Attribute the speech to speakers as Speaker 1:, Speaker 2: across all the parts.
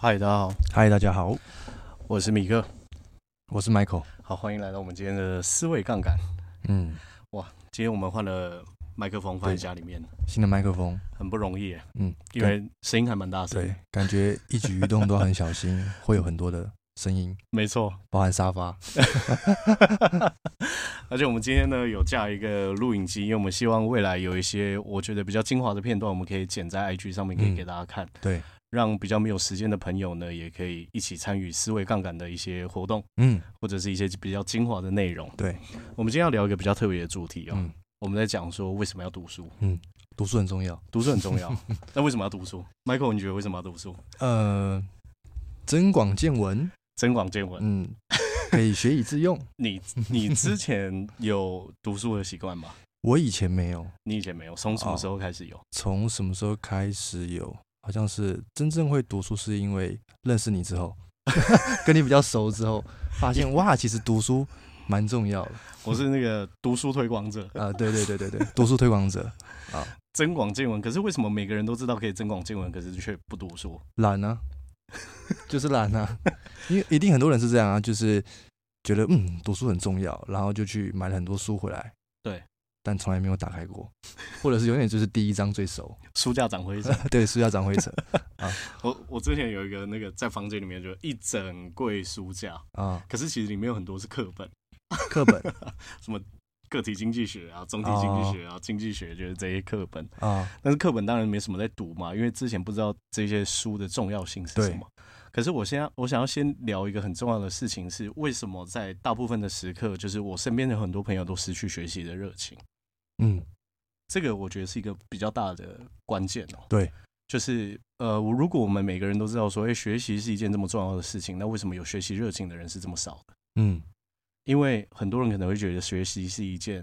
Speaker 1: 嗨，大家好，
Speaker 2: 嗨，大家好，
Speaker 1: 我是米克，
Speaker 2: 我是 Michael。
Speaker 1: 好，欢迎来到我们今天的思维杠杆。
Speaker 2: 嗯，
Speaker 1: 哇，今天我们换了麦克风放在家里面，
Speaker 2: 新的麦克风，
Speaker 1: 很不容易耶，
Speaker 2: 嗯，
Speaker 1: 因为声音还蛮大声。
Speaker 2: 对，，感觉一举一动都很小心，会有很多的声音，
Speaker 1: 没错。
Speaker 2: 包含沙发。
Speaker 1: 而且我们今天呢有架一个录影机，因为我们希望未来有一些我觉得比较精华的片段，我们可以剪在 IG 上面，可以
Speaker 2: 嗯
Speaker 1: 给大家看，
Speaker 2: 对，
Speaker 1: 让比较没有时间的朋友呢，也可以一起参与思维杠杆的一些活动，
Speaker 2: 嗯，
Speaker 1: 或者是一些比较精华的内容。
Speaker 2: 对，
Speaker 1: 我们今天要聊一个比较特别的主题哦，
Speaker 2: 嗯，
Speaker 1: 我们在讲说为什么要读书，
Speaker 2: 读书很重要。
Speaker 1: 读书很重 要。那为什么要读书？Michael，你觉得为什么要读书？
Speaker 2: 呃，增广见闻，
Speaker 1: 增广见闻。
Speaker 2: 嗯，可以学以致用。
Speaker 1: 你
Speaker 2: 嗯
Speaker 1: 你之前有读书的习惯吗？
Speaker 2: 我以前没有，
Speaker 1: 你以前没有，从什么
Speaker 2: 哦
Speaker 1: 时候开始有？
Speaker 2: 从什么时候开始有？好像是真正会读书，是因为认识你之后， 跟你比较熟之后，发现哇，其实读书蛮重要的
Speaker 1: 我是那个读书推广者，
Speaker 2: 啊、对对对对对，读书推广者
Speaker 1: 增广见闻。可是为什么每个人都知道可以增广见闻，可是却不读书？
Speaker 2: 懒 啊，就是懒啊，因为一定很多人是这样啊，就是觉得嗯读书很重要，然后就去买了很多书回来，
Speaker 1: 对，
Speaker 2: 但从来没有打开过，或者是永远就是第一章最熟，
Speaker 1: 书架长 灰尘。
Speaker 2: 对，书要长灰 尘
Speaker 1: 我我之前有一个那个在房间里面就一整柜书架，
Speaker 2: 啊，
Speaker 1: 可是其实里面有很多是课本，
Speaker 2: 课本
Speaker 1: 个体经济学啊、总体经济学啊、经济学就是这些课本。
Speaker 2: 啊，
Speaker 1: 但是课本当然没什么在读嘛，因为之前不知道这些书的重要性是什么。可是我现在我想要先聊一个很重要的事情是，为什么在大部分的时刻，就是我身边的很多朋友都失去学习的热情，
Speaker 2: 嗯，
Speaker 1: 这个我觉得是一个比较大的关键哦、
Speaker 2: 对，
Speaker 1: 就是呃，我如果我们每个人都知道说，哎、学习是一件这么重要的事情，那为什么有学习热情的人是这么少的？
Speaker 2: 嗯
Speaker 1: 因为很多人可能会觉得学习是一件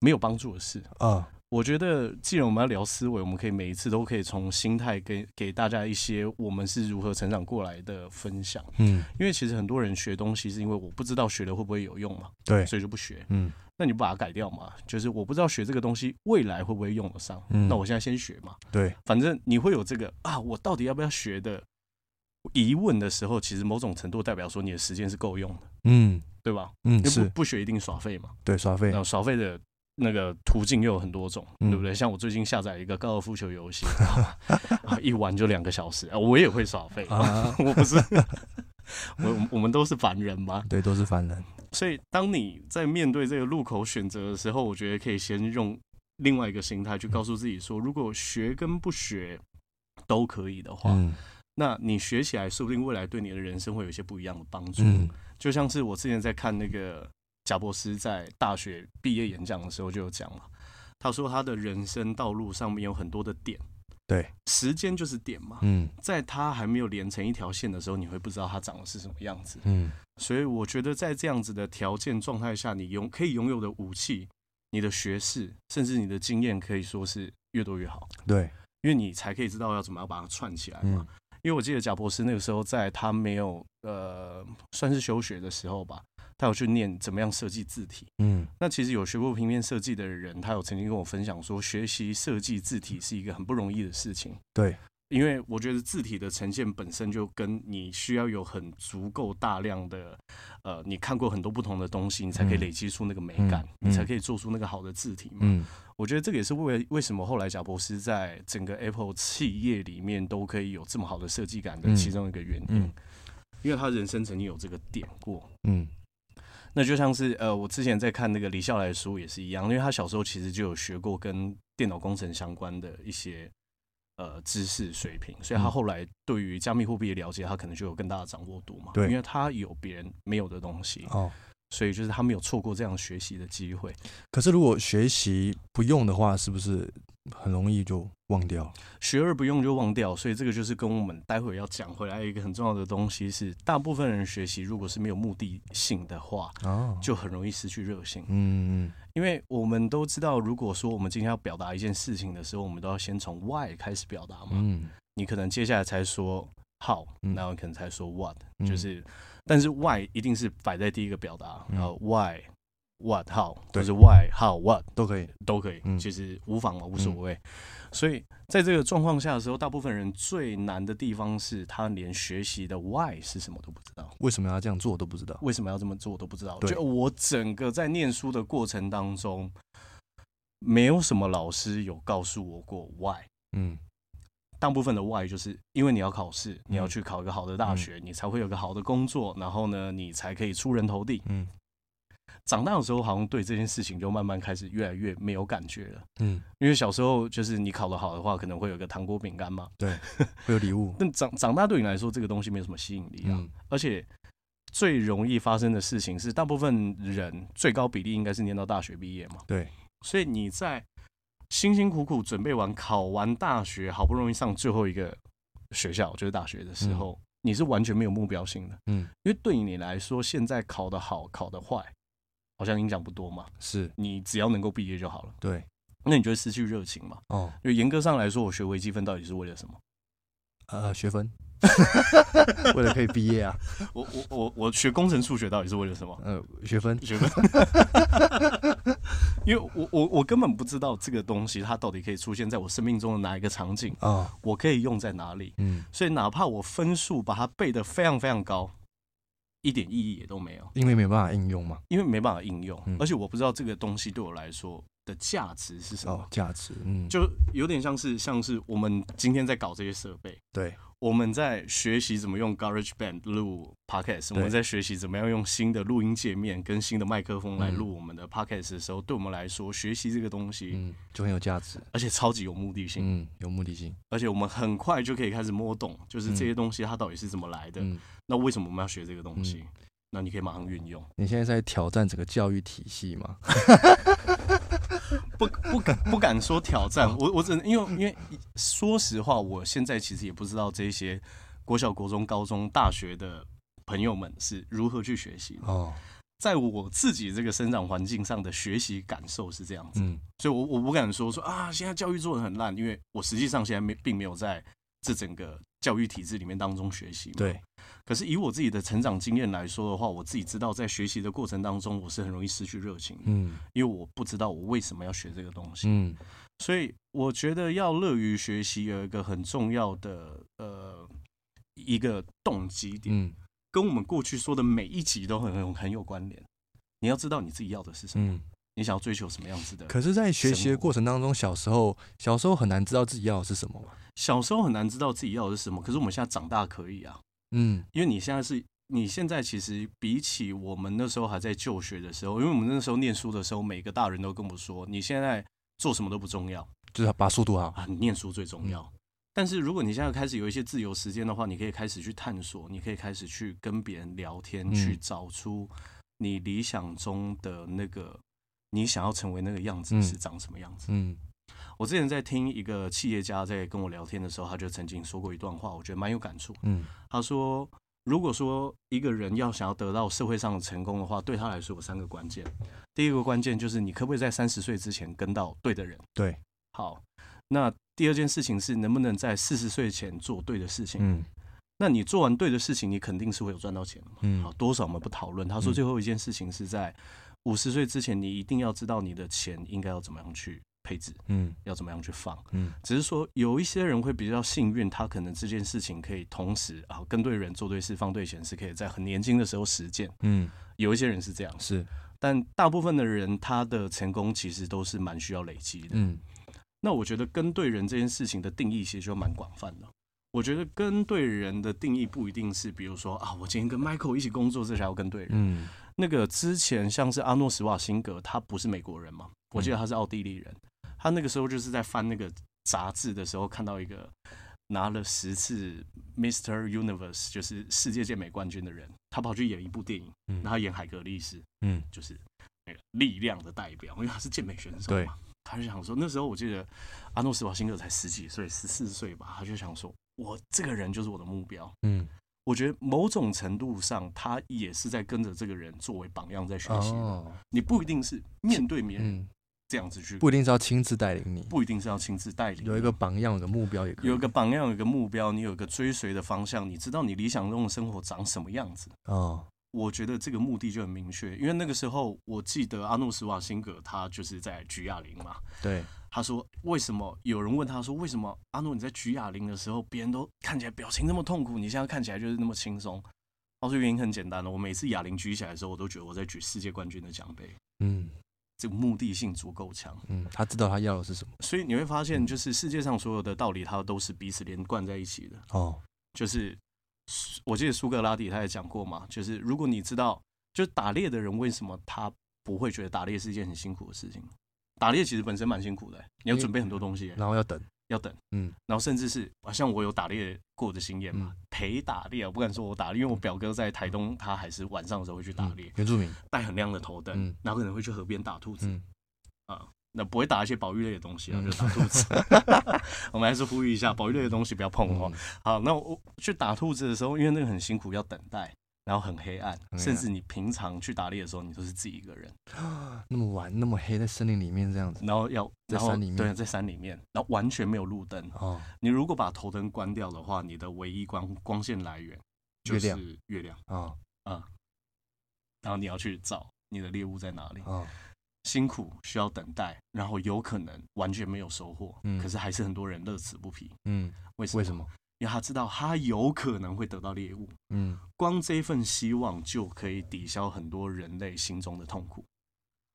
Speaker 1: 没有帮助的事，
Speaker 2: 啊，
Speaker 1: 我觉得，既然我们要聊思维，我们可以每一次都可以从心态给给大家一些我们是如何成长过来的分享。
Speaker 2: 嗯，
Speaker 1: 因为其实很多人学东西是因为我不知道学了会不会有用嘛，
Speaker 2: 对，
Speaker 1: 所以就不学。
Speaker 2: 嗯
Speaker 1: 那你不把它改掉嘛？就是我不知道学这个东西未来会不会用得上，
Speaker 2: 嗯
Speaker 1: 那我现在先学嘛。
Speaker 2: 对，
Speaker 1: 反正你会有这个啊，我到底要不要学的疑问的时候，其实某种程度代表说你的时间是够用的，
Speaker 2: 嗯
Speaker 1: 对吧？
Speaker 2: 嗯
Speaker 1: 因为不
Speaker 2: 是
Speaker 1: 不学一定耍废嘛。
Speaker 2: 对刷费
Speaker 1: 那，耍费的那个途径又有很多种，
Speaker 2: 嗯
Speaker 1: 对不对？像我最近下载一个高尔夫球游戏，啊啊一玩就两个小时啊，我也会耍费
Speaker 2: 啊
Speaker 1: 我不是，我我们都是凡人嘛。
Speaker 2: 对，都是凡人，
Speaker 1: 所以当你在面对这个路口选择的时候，我觉得可以先用另外一个心态
Speaker 2: 嗯
Speaker 1: 去告诉自己说，如果学跟不学都可以的话，
Speaker 2: 嗯
Speaker 1: 那你学起来，说不定未来对你的人生会有一些不一样的帮助。
Speaker 2: 嗯
Speaker 1: 就像是我之前在看那个贾博士在大学毕业演讲的时候就有讲嘛，他说他的人生道路上面有很多的点，
Speaker 2: 对，
Speaker 1: 时间就是点嘛，
Speaker 2: 嗯
Speaker 1: 在他还没有连成一条线的时候，你会不知道他长的是什么样子。
Speaker 2: 嗯
Speaker 1: 所以我觉得在这样子的条件状态下，你拥可以拥有的武器、你的学识，甚至你的经验，可以说是越多越好，
Speaker 2: 对，
Speaker 1: 因为你才可以知道要怎么样把它串起来嘛。
Speaker 2: 嗯
Speaker 1: 因为我记得贾博士那个时候在他没有呃算是休学的时候吧，他有去念怎么样设计字体。
Speaker 2: 嗯
Speaker 1: 那其实有学过平面设计的人，他有曾经跟我分享说，学习设计字体是一个很不容易的事情。
Speaker 2: 对，
Speaker 1: 因为我觉得字体的呈现本身就跟你需要有很足够大量的，呃，你看过很多不同的东西，你才可以
Speaker 2: 嗯
Speaker 1: 累积出那个美
Speaker 2: 嗯
Speaker 1: 感，你才
Speaker 2: 嗯
Speaker 1: 可以做出那个好的字体嘛。
Speaker 2: 嗯
Speaker 1: 我觉得这个也是为为什么后来贾博士在整个 Apple 企业里面都可以有这么好的设计感的
Speaker 2: 嗯
Speaker 1: 其中一个原因，
Speaker 2: 嗯
Speaker 1: 因为他人生曾经有这个点过。
Speaker 2: 嗯
Speaker 1: 那就像是呃，我之前在看那个李笑来的书也是一样，因为他小时候其实就有学过跟电脑工程相关的一些呃知识水平，所以
Speaker 2: 嗯
Speaker 1: 他后来对于加密货币的了解，他可能就有更大的掌握度嘛。
Speaker 2: 对
Speaker 1: 因为他有别人没有的东西，
Speaker 2: 哦，
Speaker 1: 所以就是他没有错过这样学习的机会。
Speaker 2: 可是如果学习不用的话，是不是很容易就忘掉？
Speaker 1: 学而不用就忘掉，所以这个就是跟我们待会要讲回来一个很重要的东西是，大部分人学习如果是没有目的性的话，
Speaker 2: 哦，
Speaker 1: 就很容易失去热情。
Speaker 2: 嗯嗯
Speaker 1: 因为我们都知道，如果说我们今天要表达一件事情的时候，我们都要先从 why 开始表达嘛。
Speaker 2: 嗯，
Speaker 1: 你可能接下来才说 how，
Speaker 2: 嗯
Speaker 1: 然后可能才说 what，、
Speaker 2: 嗯
Speaker 1: 就是，但是 why 一定是摆在第一个表达，
Speaker 2: 嗯
Speaker 1: 然后 why。What how
Speaker 2: 对
Speaker 1: 就是 why how what
Speaker 2: 都可以。
Speaker 1: 都可以，
Speaker 2: 嗯
Speaker 1: 其实无妨嘛，无所谓。所以在这个状况下的时候，大部分人最难的地方是他连学习的 why 是什么都不知道，
Speaker 2: 为什么要这样做我都不知道。
Speaker 1: 为什么要这么做都不知道。
Speaker 2: 对
Speaker 1: 就我整个在念书的过程当中，没有什么老师有告诉我过 why。
Speaker 2: 嗯
Speaker 1: 大部分的 why 就是因为你要考试，你
Speaker 2: 嗯
Speaker 1: 要去考一个好的大学，你才会有个好的工作，然后呢，你才可以出人头地。
Speaker 2: 嗯
Speaker 1: 长大的时候，好像对这件事情就慢慢开始越来越没有感觉了。
Speaker 2: 嗯，
Speaker 1: 因为小时候就是你考得好的话，可能会有个糖果饼干嘛。
Speaker 2: 会有礼物。
Speaker 1: 但长长大对你来说，这个东西没有什么吸引力啊。
Speaker 2: 嗯
Speaker 1: 而且最容易发生的事情是，大部分人最高比例应该是念到大学毕业嘛。
Speaker 2: 对，
Speaker 1: 所以你在辛辛苦苦准备完、考完大学，好不容易上最后一个学校，就是大学的时候，你是完全没有目标性的，
Speaker 2: 嗯
Speaker 1: 因为对你来说，现在考得好、考得坏，好像影响不多嘛。
Speaker 2: 是，
Speaker 1: 你只要能够毕业就好了，
Speaker 2: 对
Speaker 1: 那你就会失去热情嘛。
Speaker 2: 哦，
Speaker 1: 就严格上来说，我学微积分到底是为了什么？
Speaker 2: 呃，学分， 为了可以毕业啊，
Speaker 1: 我我我我学工程数学到底是为了什么？
Speaker 2: 呃，学分，
Speaker 1: 学分，因为我我我根本不知道这个东西它到底可以出现在我生命中的哪一个场景，
Speaker 2: 哦，
Speaker 1: 我可以用在哪里。
Speaker 2: 嗯，
Speaker 1: 所以哪怕我分数把它背得非常非常高，一点意义也都没有，
Speaker 2: 因为没有办法应用嘛，
Speaker 1: 因为没办法应用，
Speaker 2: 嗯
Speaker 1: 而且我不知道这个东西对我来说的价值是什么，
Speaker 2: 哦，价值，嗯，
Speaker 1: 就有点像是像是我们今天在搞这些设备。
Speaker 2: 对，
Speaker 1: 我们在学习怎么用 GarageBand 录 Podcast，我们在学习怎么样用新的录音界面跟新的麦克风
Speaker 2: 嗯
Speaker 1: 来录我们的 Podcast 的时候，对我们来说，学习这个东西，
Speaker 2: 嗯，就很有价值，
Speaker 1: 而且超级有目的性，
Speaker 2: 嗯，有目的性，
Speaker 1: 而且我们很快就可以开始摸懂，就是这些东西它到底是怎么来的。
Speaker 2: 嗯，
Speaker 1: 那为什么我们要学这个东西？那你可以马上运用，
Speaker 2: 你现在在挑战整个教育体系嘛？
Speaker 1: 不不敢不敢说挑战，我我只能因为因为说实话，我现在其实也不知道这些国小、国中、高中、大学的朋友们是如何去学习的。
Speaker 2: 哦，
Speaker 1: 在我自己这个生长环境上的学习感受是这样子，
Speaker 2: 嗯，
Speaker 1: 所以我我不敢说说啊，现在教育做的很烂，因为我实际上现在没并没有在这整个教育体制里面当中学习嘛。
Speaker 2: 对，
Speaker 1: 可是以我自己的成长经验来说的话，我自己知道在学习的过程当中，我是很容易失去热情的，
Speaker 2: 嗯
Speaker 1: 因为我不知道我为什么要学这个东西。
Speaker 2: 嗯
Speaker 1: 所以我觉得要乐于学习有一个很重要的呃一个动机点，
Speaker 2: 嗯
Speaker 1: 跟我们过去说的每一集都很很很有关联。你要知道你自己要的是什么，
Speaker 2: 嗯。
Speaker 1: 你想要追求什么样子的。
Speaker 2: 可是，在学习
Speaker 1: 生
Speaker 2: 的
Speaker 1: 活
Speaker 2: 过程当中，小时候小时候很难知道自己要的是什么嘛。
Speaker 1: 小时候很难知道自己要的是什么，可是我们现在长大可以啊，
Speaker 2: 嗯
Speaker 1: 因为你现在是。你现在其实比起我们那时候还在就学的时候，因为我们那时候念书的时候，每个大人都跟我们说，你现在做什么都不重要
Speaker 2: 就是把速度好。
Speaker 1: 啊，你念书最重要。
Speaker 2: 嗯
Speaker 1: 但是如果你现在开始有一些自由时间的话，你可以开始去探索，你可以开始去跟别人聊天，
Speaker 2: 嗯
Speaker 1: 去找出你理想中的那个你想要成为那个样子
Speaker 2: 嗯
Speaker 1: 是长什么样子。
Speaker 2: 嗯
Speaker 1: 我之前在听一个企业家在跟我聊天的时候，他就曾经说过一段话，我觉得蛮有感触。
Speaker 2: 嗯
Speaker 1: 他说，如果说一个人要想要得到社会上的成功的话，对他来说有三个关键。第一个关键就是你可不可以在三十岁之前跟到对的人。
Speaker 2: 对，
Speaker 1: 好，那第二件事情是能不能在四十岁前做对的事情。
Speaker 2: 嗯
Speaker 1: 那你做完对的事情，你肯定是会有赚到钱的嘛。好，
Speaker 2: 嗯
Speaker 1: 多少我们不讨论。他说
Speaker 2: 嗯
Speaker 1: 最后一件事情是在五十岁之前，你一定要知道你的钱应该要怎么样去配置，
Speaker 2: 嗯
Speaker 1: 要怎么样去放。
Speaker 2: 嗯
Speaker 1: 只是说有一些人会比较幸运，他可能这件事情可以同时啊跟对人做对事放对钱，是可以在很年轻的时候实践。
Speaker 2: 嗯，
Speaker 1: 有一些人是这样，
Speaker 2: 是，
Speaker 1: 但大部分的人他的成功其实都是蛮需要累积的。
Speaker 2: 嗯
Speaker 1: 那我觉得跟对人这件事情的定义其实就蛮广泛的。我觉得跟对人的定义不一定是，比如说啊，我今天跟 Michael 一起工作，这才叫跟对人。
Speaker 2: 嗯
Speaker 1: 那个之前像是阿诺·
Speaker 2: 嗯
Speaker 1: 施瓦辛格，他不是美国人嘛？我记得他是奥地利人。他那个时候就是在翻那个杂志的时候看到一个拿了十次 Mr. Universe，就是世界健美冠军的人，他跑去演一部电影，
Speaker 2: 嗯
Speaker 1: 然后演海格力士，
Speaker 2: 嗯，
Speaker 1: 就是那个力量的代表，因为他是健美选手
Speaker 2: 对
Speaker 1: 嘛。他就想说，那时候我记得阿诺·施瓦辛格才十几岁，十四岁吧，他就想说，我这个人就是我的目标。
Speaker 2: 嗯，
Speaker 1: 我觉得某种程度上，他也是在跟着这个人作为榜样在学习的。
Speaker 2: 哦，
Speaker 1: 你不一定是面对别人
Speaker 2: 嗯，
Speaker 1: 这样子去，
Speaker 2: 不一定是要亲自带领你，
Speaker 1: 不一定是要亲自带领，
Speaker 2: 有一个榜样，有个目标也可以，
Speaker 1: 有一个榜样，有一个目标，你有一个追随的方向，你知道你理想中的生活长什么样子。
Speaker 2: 哦，
Speaker 1: 我觉得这个目的就很明确，因为那个时候我记得阿诺·施瓦辛格他就是在举哑铃嘛，
Speaker 2: 对，
Speaker 1: 他说为什么有人问他说为什么阿诺你在举哑铃的时候别人都看起来表情那么痛苦，你现在看起来就是那么轻松？他说原因很简单的，哦我每次哑铃举起来的时候，我都觉得我在举世界冠军的奖杯，
Speaker 2: 嗯
Speaker 1: 这个目的性足够强。
Speaker 2: 嗯，他知道他要的是什么，
Speaker 1: 所以你会发现，就是世界上所有的道理，它都是彼此连贯在一起的。
Speaker 2: 哦，
Speaker 1: 就是我记得苏格拉底他也讲过嘛，就是如果你知道，就是打猎的人为什么他不会觉得打猎是一件很辛苦的事情？打猎其实本身蛮辛苦的、欸你要准备很多东西、
Speaker 2: 然后要等，
Speaker 1: 要等，
Speaker 2: 嗯，
Speaker 1: 然后甚至是啊像我有打猎过的经验嘛，陪打猎啊，我不敢说我打猎，因为我表哥在台东，他还是晚上的时候会去打猎
Speaker 2: 嗯，原住民，
Speaker 1: 带很亮的头灯，
Speaker 2: 嗯
Speaker 1: 然后可能会去河边打兔子，
Speaker 2: 嗯，
Speaker 1: 那不会打一些保育类的东西啊，
Speaker 2: 嗯
Speaker 1: 就打兔 子。 我们还是呼吁一下，保育类的东西不要
Speaker 2: 嗯
Speaker 1: 碰哦。好，那我去打兔子的时候，因为那个很辛苦，要等待，然后很黑暗，
Speaker 2: 很黑暗
Speaker 1: 甚至你平常去打猎的时候，你都是自己一个人，
Speaker 2: 那么晚，那么黑，在森林里面这样子，
Speaker 1: 然后要
Speaker 2: 在
Speaker 1: 然后
Speaker 2: 山里面
Speaker 1: 对，在山里面，然后完全没有路灯。
Speaker 2: 哦，
Speaker 1: 你如果把头灯关掉的话，你的唯一光光线来源就是
Speaker 2: 月亮
Speaker 1: 月亮，
Speaker 2: 哦，
Speaker 1: 然后你要去找你的猎物在哪里。
Speaker 2: 哦，
Speaker 1: 辛苦，需要等待，然后有可能完全没有收获，
Speaker 2: 嗯
Speaker 1: 可是还是很多人乐此不疲。
Speaker 2: 嗯，
Speaker 1: 为什么？
Speaker 2: 为什么？
Speaker 1: 因为他知道他有可能会得到猎物，
Speaker 2: 嗯，
Speaker 1: 光这一份希望就可以抵消很多人类心中的痛苦。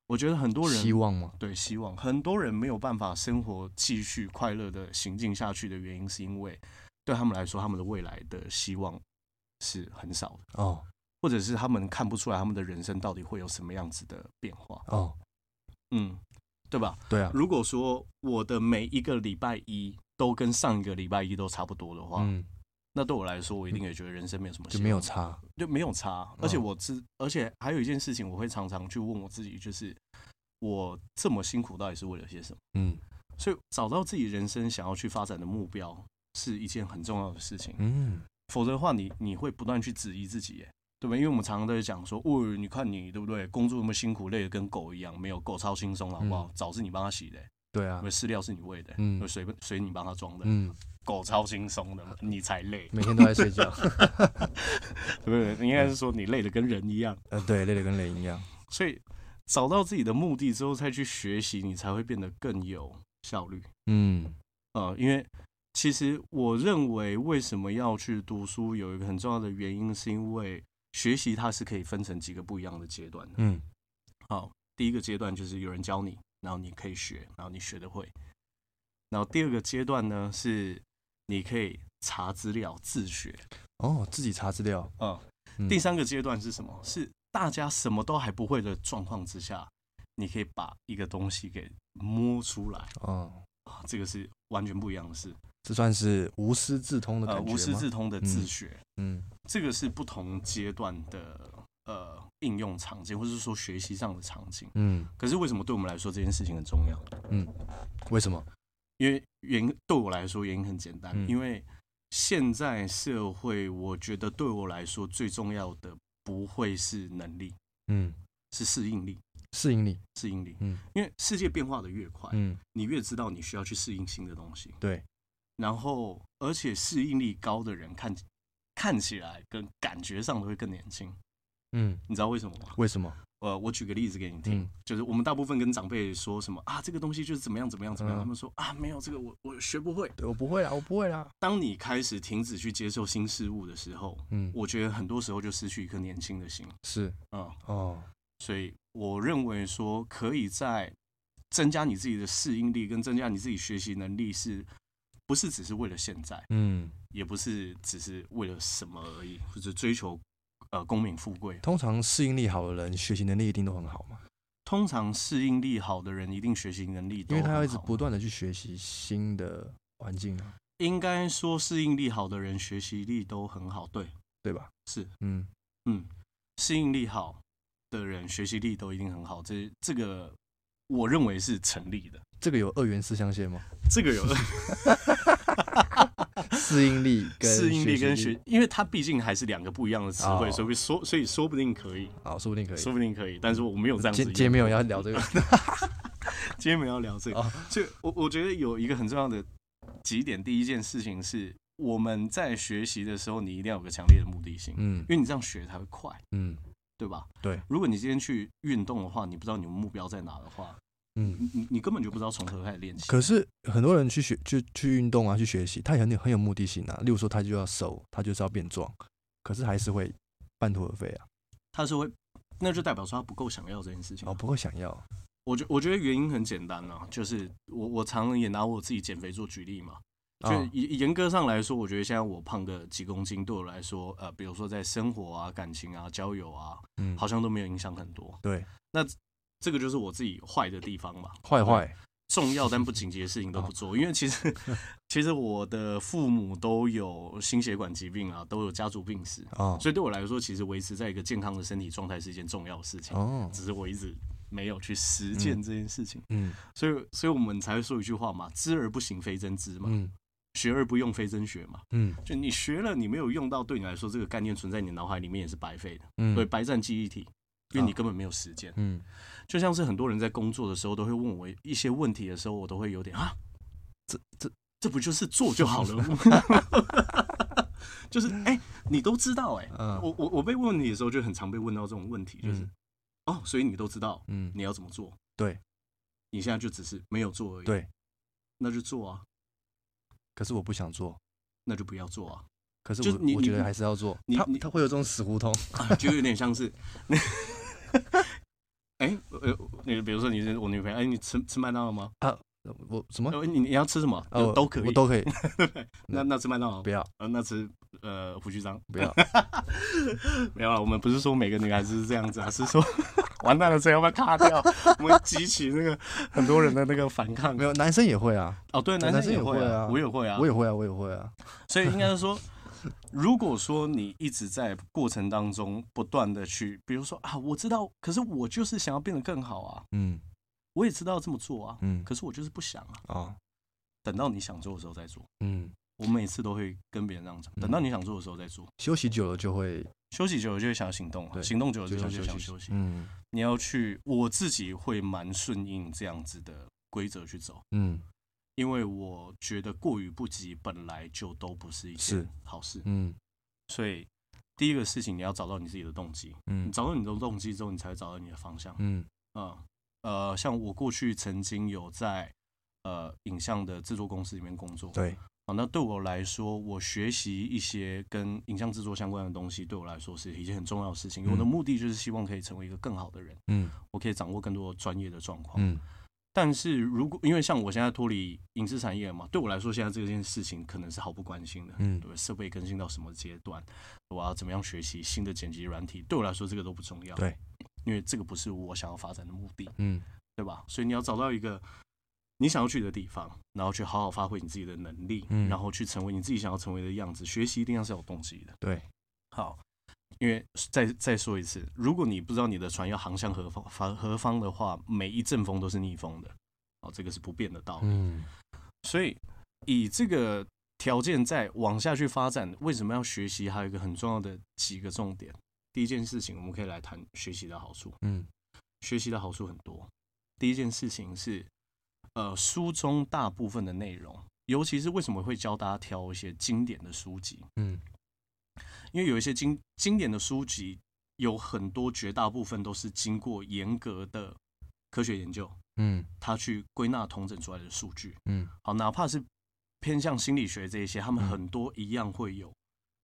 Speaker 1: 我觉得很多人
Speaker 2: 希望吗？
Speaker 1: 对希望，很多人没有办法生活继续快乐的行进下去的原因，是因为对他们来说，他们的未来的希望是很少的，
Speaker 2: 哦，
Speaker 1: 或者是他们看不出来他们的人生到底会有什么样子的变化。
Speaker 2: 哦，
Speaker 1: 嗯，对吧？
Speaker 2: 对啊，
Speaker 1: 如果说我的每一个礼拜一都跟上一个礼拜一都差不多的话，
Speaker 2: 嗯，
Speaker 1: 那对我来说，我一定也觉得人生没有什么
Speaker 2: 就
Speaker 1: 希
Speaker 2: 没有
Speaker 1: 望
Speaker 2: 差，
Speaker 1: 就没有差。啊而且
Speaker 2: 嗯
Speaker 1: 我知，而且还有一件事情，我会常常去问我自己，就是我这么辛苦到底是为了些什么？
Speaker 2: 嗯
Speaker 1: 所以找到自己人生想要去发展的目标是一件很重要的事情。
Speaker 2: 嗯，
Speaker 1: 否则的话你，你会不断去质疑自己耶，对吧？因为我们常常都会讲说，哦，你看你对不对？工作那么辛苦，累得跟狗一样，没有狗超轻松，好不好？
Speaker 2: 嗯
Speaker 1: 澡是你帮它洗的，
Speaker 2: 对啊
Speaker 1: 因为，饲料是你喂的，
Speaker 2: 嗯
Speaker 1: 嗯，水水你帮它装的，
Speaker 2: 嗯，
Speaker 1: 狗超轻松的，你才累，
Speaker 2: 每天都在睡觉，
Speaker 1: 对不对？应该是说你累得跟人一样。
Speaker 2: 呃，对，累得跟雷一样，
Speaker 1: 所以找到自己的目的之后再去学习，你才会变得更有效率。
Speaker 2: 嗯，
Speaker 1: 呃，因为其实我认为为什么要去读书，有一个很重要的原因，是因为学习它是可以分成几个不一样的阶段的。
Speaker 2: 嗯，
Speaker 1: 好，第一个阶段就是有人教你，然后你可以学，然后你学得会。然后第二个阶段呢，是你可以查资料自学。
Speaker 2: 哦，自己查资料，
Speaker 1: 嗯，
Speaker 2: 嗯
Speaker 1: 第三个阶段是什么？是大家什么都还不会的状况之下，你可以把一个东西给摸出来
Speaker 2: 哦，
Speaker 1: 啊，这个是完全不一样的事。
Speaker 2: 这算是无师自通的感
Speaker 1: 呃，
Speaker 2: 觉吗？
Speaker 1: 无师自通的自
Speaker 2: 嗯
Speaker 1: 学，
Speaker 2: 嗯
Speaker 1: 这个是不同阶段的呃应用场景，或者是说学习上的场景。
Speaker 2: 嗯，
Speaker 1: 可是为什么对我们来说这件事情很重要？
Speaker 2: 为什么？
Speaker 1: 因为原因对我来说原因很简单，
Speaker 2: 嗯
Speaker 1: 因为现在社会，我觉得对我来说最重要的不会是能力，
Speaker 2: 嗯，
Speaker 1: 是适应力。
Speaker 2: 适应力，
Speaker 1: 适应力，
Speaker 2: 嗯
Speaker 1: 因为世界变化的越快，
Speaker 2: 嗯，
Speaker 1: 你越知道你需要去适应新的东西。
Speaker 2: 对，
Speaker 1: 然后，而且适应力高的人看看起来跟感觉上都会更年轻，
Speaker 2: 嗯，
Speaker 1: 你知道为什么吗？
Speaker 2: 为什么？
Speaker 1: 呃，我举个例子给你听，
Speaker 2: 嗯
Speaker 1: 就是我们大部分跟长辈说什么啊，这个东西就是怎么样怎么样怎么样，
Speaker 2: 嗯
Speaker 1: 他们说啊，没有这个我我学不会。
Speaker 2: 对我不会啦，我不会啦，
Speaker 1: 当你开始停止去接受新事物的时候，
Speaker 2: 嗯，
Speaker 1: 我觉得很多时候就失去一颗年轻的心，
Speaker 2: 是
Speaker 1: 嗯，
Speaker 2: 哦，
Speaker 1: 所以我认为说，可以在增加你自己的适应力跟增加你自己学习能力是，不是只是为了现在，
Speaker 2: 嗯，
Speaker 1: 也不是只是为了什么而已，或者追求呃功名富贵。
Speaker 2: 通常适应力好的人，学习能力一定都很好嘛，
Speaker 1: 通常适应力好的人，一定学习能力都
Speaker 2: 因为他要一
Speaker 1: 很
Speaker 2: 直
Speaker 1: 好
Speaker 2: 不断的去学习新的环境啊，
Speaker 1: 应该说适应力好的人，学习力都很好。对，
Speaker 2: 对吧？
Speaker 1: 是，
Speaker 2: 嗯，
Speaker 1: 嗯，适应力好的人，学习力都一定很好。这这个我认为是成立的。
Speaker 2: 这个有二元四象限吗？
Speaker 1: 这个有
Speaker 2: 适应力跟
Speaker 1: 适应力跟学
Speaker 2: 习，
Speaker 1: 因为它毕竟还是两个不一样的词汇，
Speaker 2: 哦
Speaker 1: 所以说所以说不定可以，
Speaker 2: 好，说不定可以。
Speaker 1: 说不定可以，但是我没有这样子
Speaker 2: 今
Speaker 1: 用。
Speaker 2: 今天没有要聊这个，
Speaker 1: 今天没有要聊这个，
Speaker 2: 哦
Speaker 1: 所以我我觉得有一个很重要的几点，第一件事情是我们在学习的时候，你一定要有个强烈的目的性，
Speaker 2: 嗯
Speaker 1: 因为你这样学才会快，
Speaker 2: 嗯
Speaker 1: 对吧？
Speaker 2: 对。
Speaker 1: 如果你今天去运动的话，你不知道你的目标在哪的话，
Speaker 2: 嗯。
Speaker 1: 你你你根本就不知道从何开始练习。
Speaker 2: 可是很多人去学去去运动啊，去学习，他也很有很有目的性啊。例如说，他就要瘦，他就是要变壮，可是还是会半途而废啊，
Speaker 1: 他是会，那就代表说他不够想要这件事情。
Speaker 2: 哦，不够想要。
Speaker 1: 我觉我觉得原因很简单啊，就是我我常也拿我自己减肥做举例嘛。就
Speaker 2: 啊
Speaker 1: 严严格上来说，我觉得现在我胖个几公斤，对我来说，呃，比如说在生活啊、感情啊、交友啊，
Speaker 2: 嗯，
Speaker 1: 好，像都没有影响很多。
Speaker 2: 对，
Speaker 1: 这个就是我自己坏的地方嘛，
Speaker 2: 坏坏，
Speaker 1: 重要但不紧急的事情都不做，因为其 实其实我的父母都有心血管疾病啊，都有家族病史，
Speaker 2: 哦
Speaker 1: 所以对我来说，其实维持在一个健康的身体状态是一件重要的事情，
Speaker 2: 哦，
Speaker 1: 只是我一直没有去实践这件事情，
Speaker 2: 嗯
Speaker 1: 所以所以我们才会说一句话嘛，知而不行，非真知嘛，
Speaker 2: 嗯
Speaker 1: 学而不用，非真学嘛。
Speaker 2: 嗯
Speaker 1: 就你学了，你没有用到，对你来说这个概念存在你脑海里面也是白费的，
Speaker 2: 嗯，
Speaker 1: 对，，白占记忆体，因为
Speaker 2: 啊
Speaker 1: 你根本没有实践。
Speaker 2: 嗯
Speaker 1: 就像是很多人在工作的时候都会问我一些问题的时候，我都会有点啊，
Speaker 2: 这这
Speaker 1: 这不就是做就好了吗？ 就是哎、你都知道哎、
Speaker 2: 嗯
Speaker 1: 我我我被问问题的时候就很常被问到这种问题，就是、
Speaker 2: 嗯
Speaker 1: 哦，所以你都知道
Speaker 2: 嗯，
Speaker 1: 你要怎么做，
Speaker 2: 对，
Speaker 1: 你现在就只是没有做而已，
Speaker 2: 对，
Speaker 1: 那就做啊，
Speaker 2: 可是我不想做，
Speaker 1: 那就不要做啊，
Speaker 2: 可是
Speaker 1: 就是
Speaker 2: 我
Speaker 1: 你
Speaker 2: 我
Speaker 1: 你
Speaker 2: 觉得
Speaker 1: 不
Speaker 2: 还是要做，
Speaker 1: 你
Speaker 2: 他
Speaker 1: 你
Speaker 2: 他会有这种死胡同，
Speaker 1: 啊就有点像是。哎，呃，你比如说你是我女朋友，哎，你吃吃麦当劳吗？
Speaker 2: 我什么？
Speaker 1: 呃你你要吃什么？
Speaker 2: 啊我
Speaker 1: 都可以，
Speaker 2: 我都 可以，
Speaker 1: 那那吃麦当劳
Speaker 2: 不要
Speaker 1: 呃，那吃呃胡须章
Speaker 2: 不要，
Speaker 1: 没有了。我们不是说每个女孩子是这样子啊，是说完蛋了，这要不要卡掉？ 我们激起那个 很多人的那个反抗
Speaker 2: 没。有，男生也会啊，
Speaker 1: 哦，对，
Speaker 2: 男
Speaker 1: 男
Speaker 2: 生
Speaker 1: 也
Speaker 2: 也
Speaker 1: 会
Speaker 2: 会
Speaker 1: 啊，
Speaker 2: 啊
Speaker 1: 我也会啊，
Speaker 2: 我也会啊，我也会啊，
Speaker 1: 所以应该是说，如果说你一直在过程当中不断的去，比如说啊，我知道，可是我就是想要变得更好啊，
Speaker 2: 嗯
Speaker 1: 我也知道这么做啊，
Speaker 2: 嗯
Speaker 1: 可是我就是不想啊。
Speaker 2: 啊
Speaker 1: 等到你想做的时候再做。
Speaker 2: 嗯，
Speaker 1: 我每次都会跟别人这样讲，
Speaker 2: 嗯
Speaker 1: 等到你想做的时候再做。
Speaker 2: 休息久了就会
Speaker 1: 休息久了就会想要行动啊，
Speaker 2: 对
Speaker 1: 行动久了就
Speaker 2: 就
Speaker 1: 会
Speaker 2: 想
Speaker 1: 想
Speaker 2: 休
Speaker 1: 要
Speaker 2: 息，
Speaker 1: 休息。
Speaker 2: 嗯
Speaker 1: 你要去，我自己会蛮顺应这样子的规则去走，
Speaker 2: 嗯
Speaker 1: 因为我觉得过于不及本来就都不是一件
Speaker 2: 是
Speaker 1: 好事，
Speaker 2: 嗯
Speaker 1: 所以第一个事情你要找到你自己的动机，你
Speaker 2: 嗯
Speaker 1: 找到你的动机之后，你才会找到你的方向。
Speaker 2: 嗯
Speaker 1: 嗯，呃，像我过去曾经有在呃影像的制作公司里面工作，
Speaker 2: 对，
Speaker 1: 啊，那对我来说，我学习一些跟影像制作相关的东西，对我来说是一件很重要的事情。我的
Speaker 2: 嗯
Speaker 1: 目的就是希望可以成为一个更好的人，
Speaker 2: 嗯
Speaker 1: 我可以掌握更多专业的状况。
Speaker 2: 嗯
Speaker 1: 但是如果因为像我现在脱离影视产业嘛，对我来说，现在这件事情可能是毫不关心的。
Speaker 2: 嗯
Speaker 1: 对吧，设备更新到什么阶段，我要怎么样学习新的剪辑软体，对我来说这个都不重要。
Speaker 2: 对，
Speaker 1: 因为这个不是我想要发展的目的，
Speaker 2: 嗯
Speaker 1: 对吧？所以你要找到一个你想要去的地方，然后去好好发挥你自己的能力，
Speaker 2: 嗯
Speaker 1: 然后去成为你自己想要成为的样子。学习一定要是有动机的。
Speaker 2: 对，
Speaker 1: 好，因为再再说一次，如果你不知道你的船要航向何方何何方的话，每一阵风都是逆风的，哦，这个是不变的道理。
Speaker 2: 嗯
Speaker 1: 所以以这个条件再往下去发展，为什么要学习？还有一个很重要的几个重点。第一件事情，我们可以来谈学习的好处。
Speaker 2: 嗯
Speaker 1: 学习的好处很多。第一件事情是，呃，书中大部分的内容，尤其是为什么会教大家挑一些经典的书籍，
Speaker 2: 嗯
Speaker 1: 因为有一些经经典的书籍，有很多绝大部分都是经过严格的科学研究，
Speaker 2: 嗯
Speaker 1: 它去归纳统整出来的数据。
Speaker 2: 嗯
Speaker 1: 好，哪怕是偏向心理学这一些，他们
Speaker 2: 嗯
Speaker 1: 很多一样会有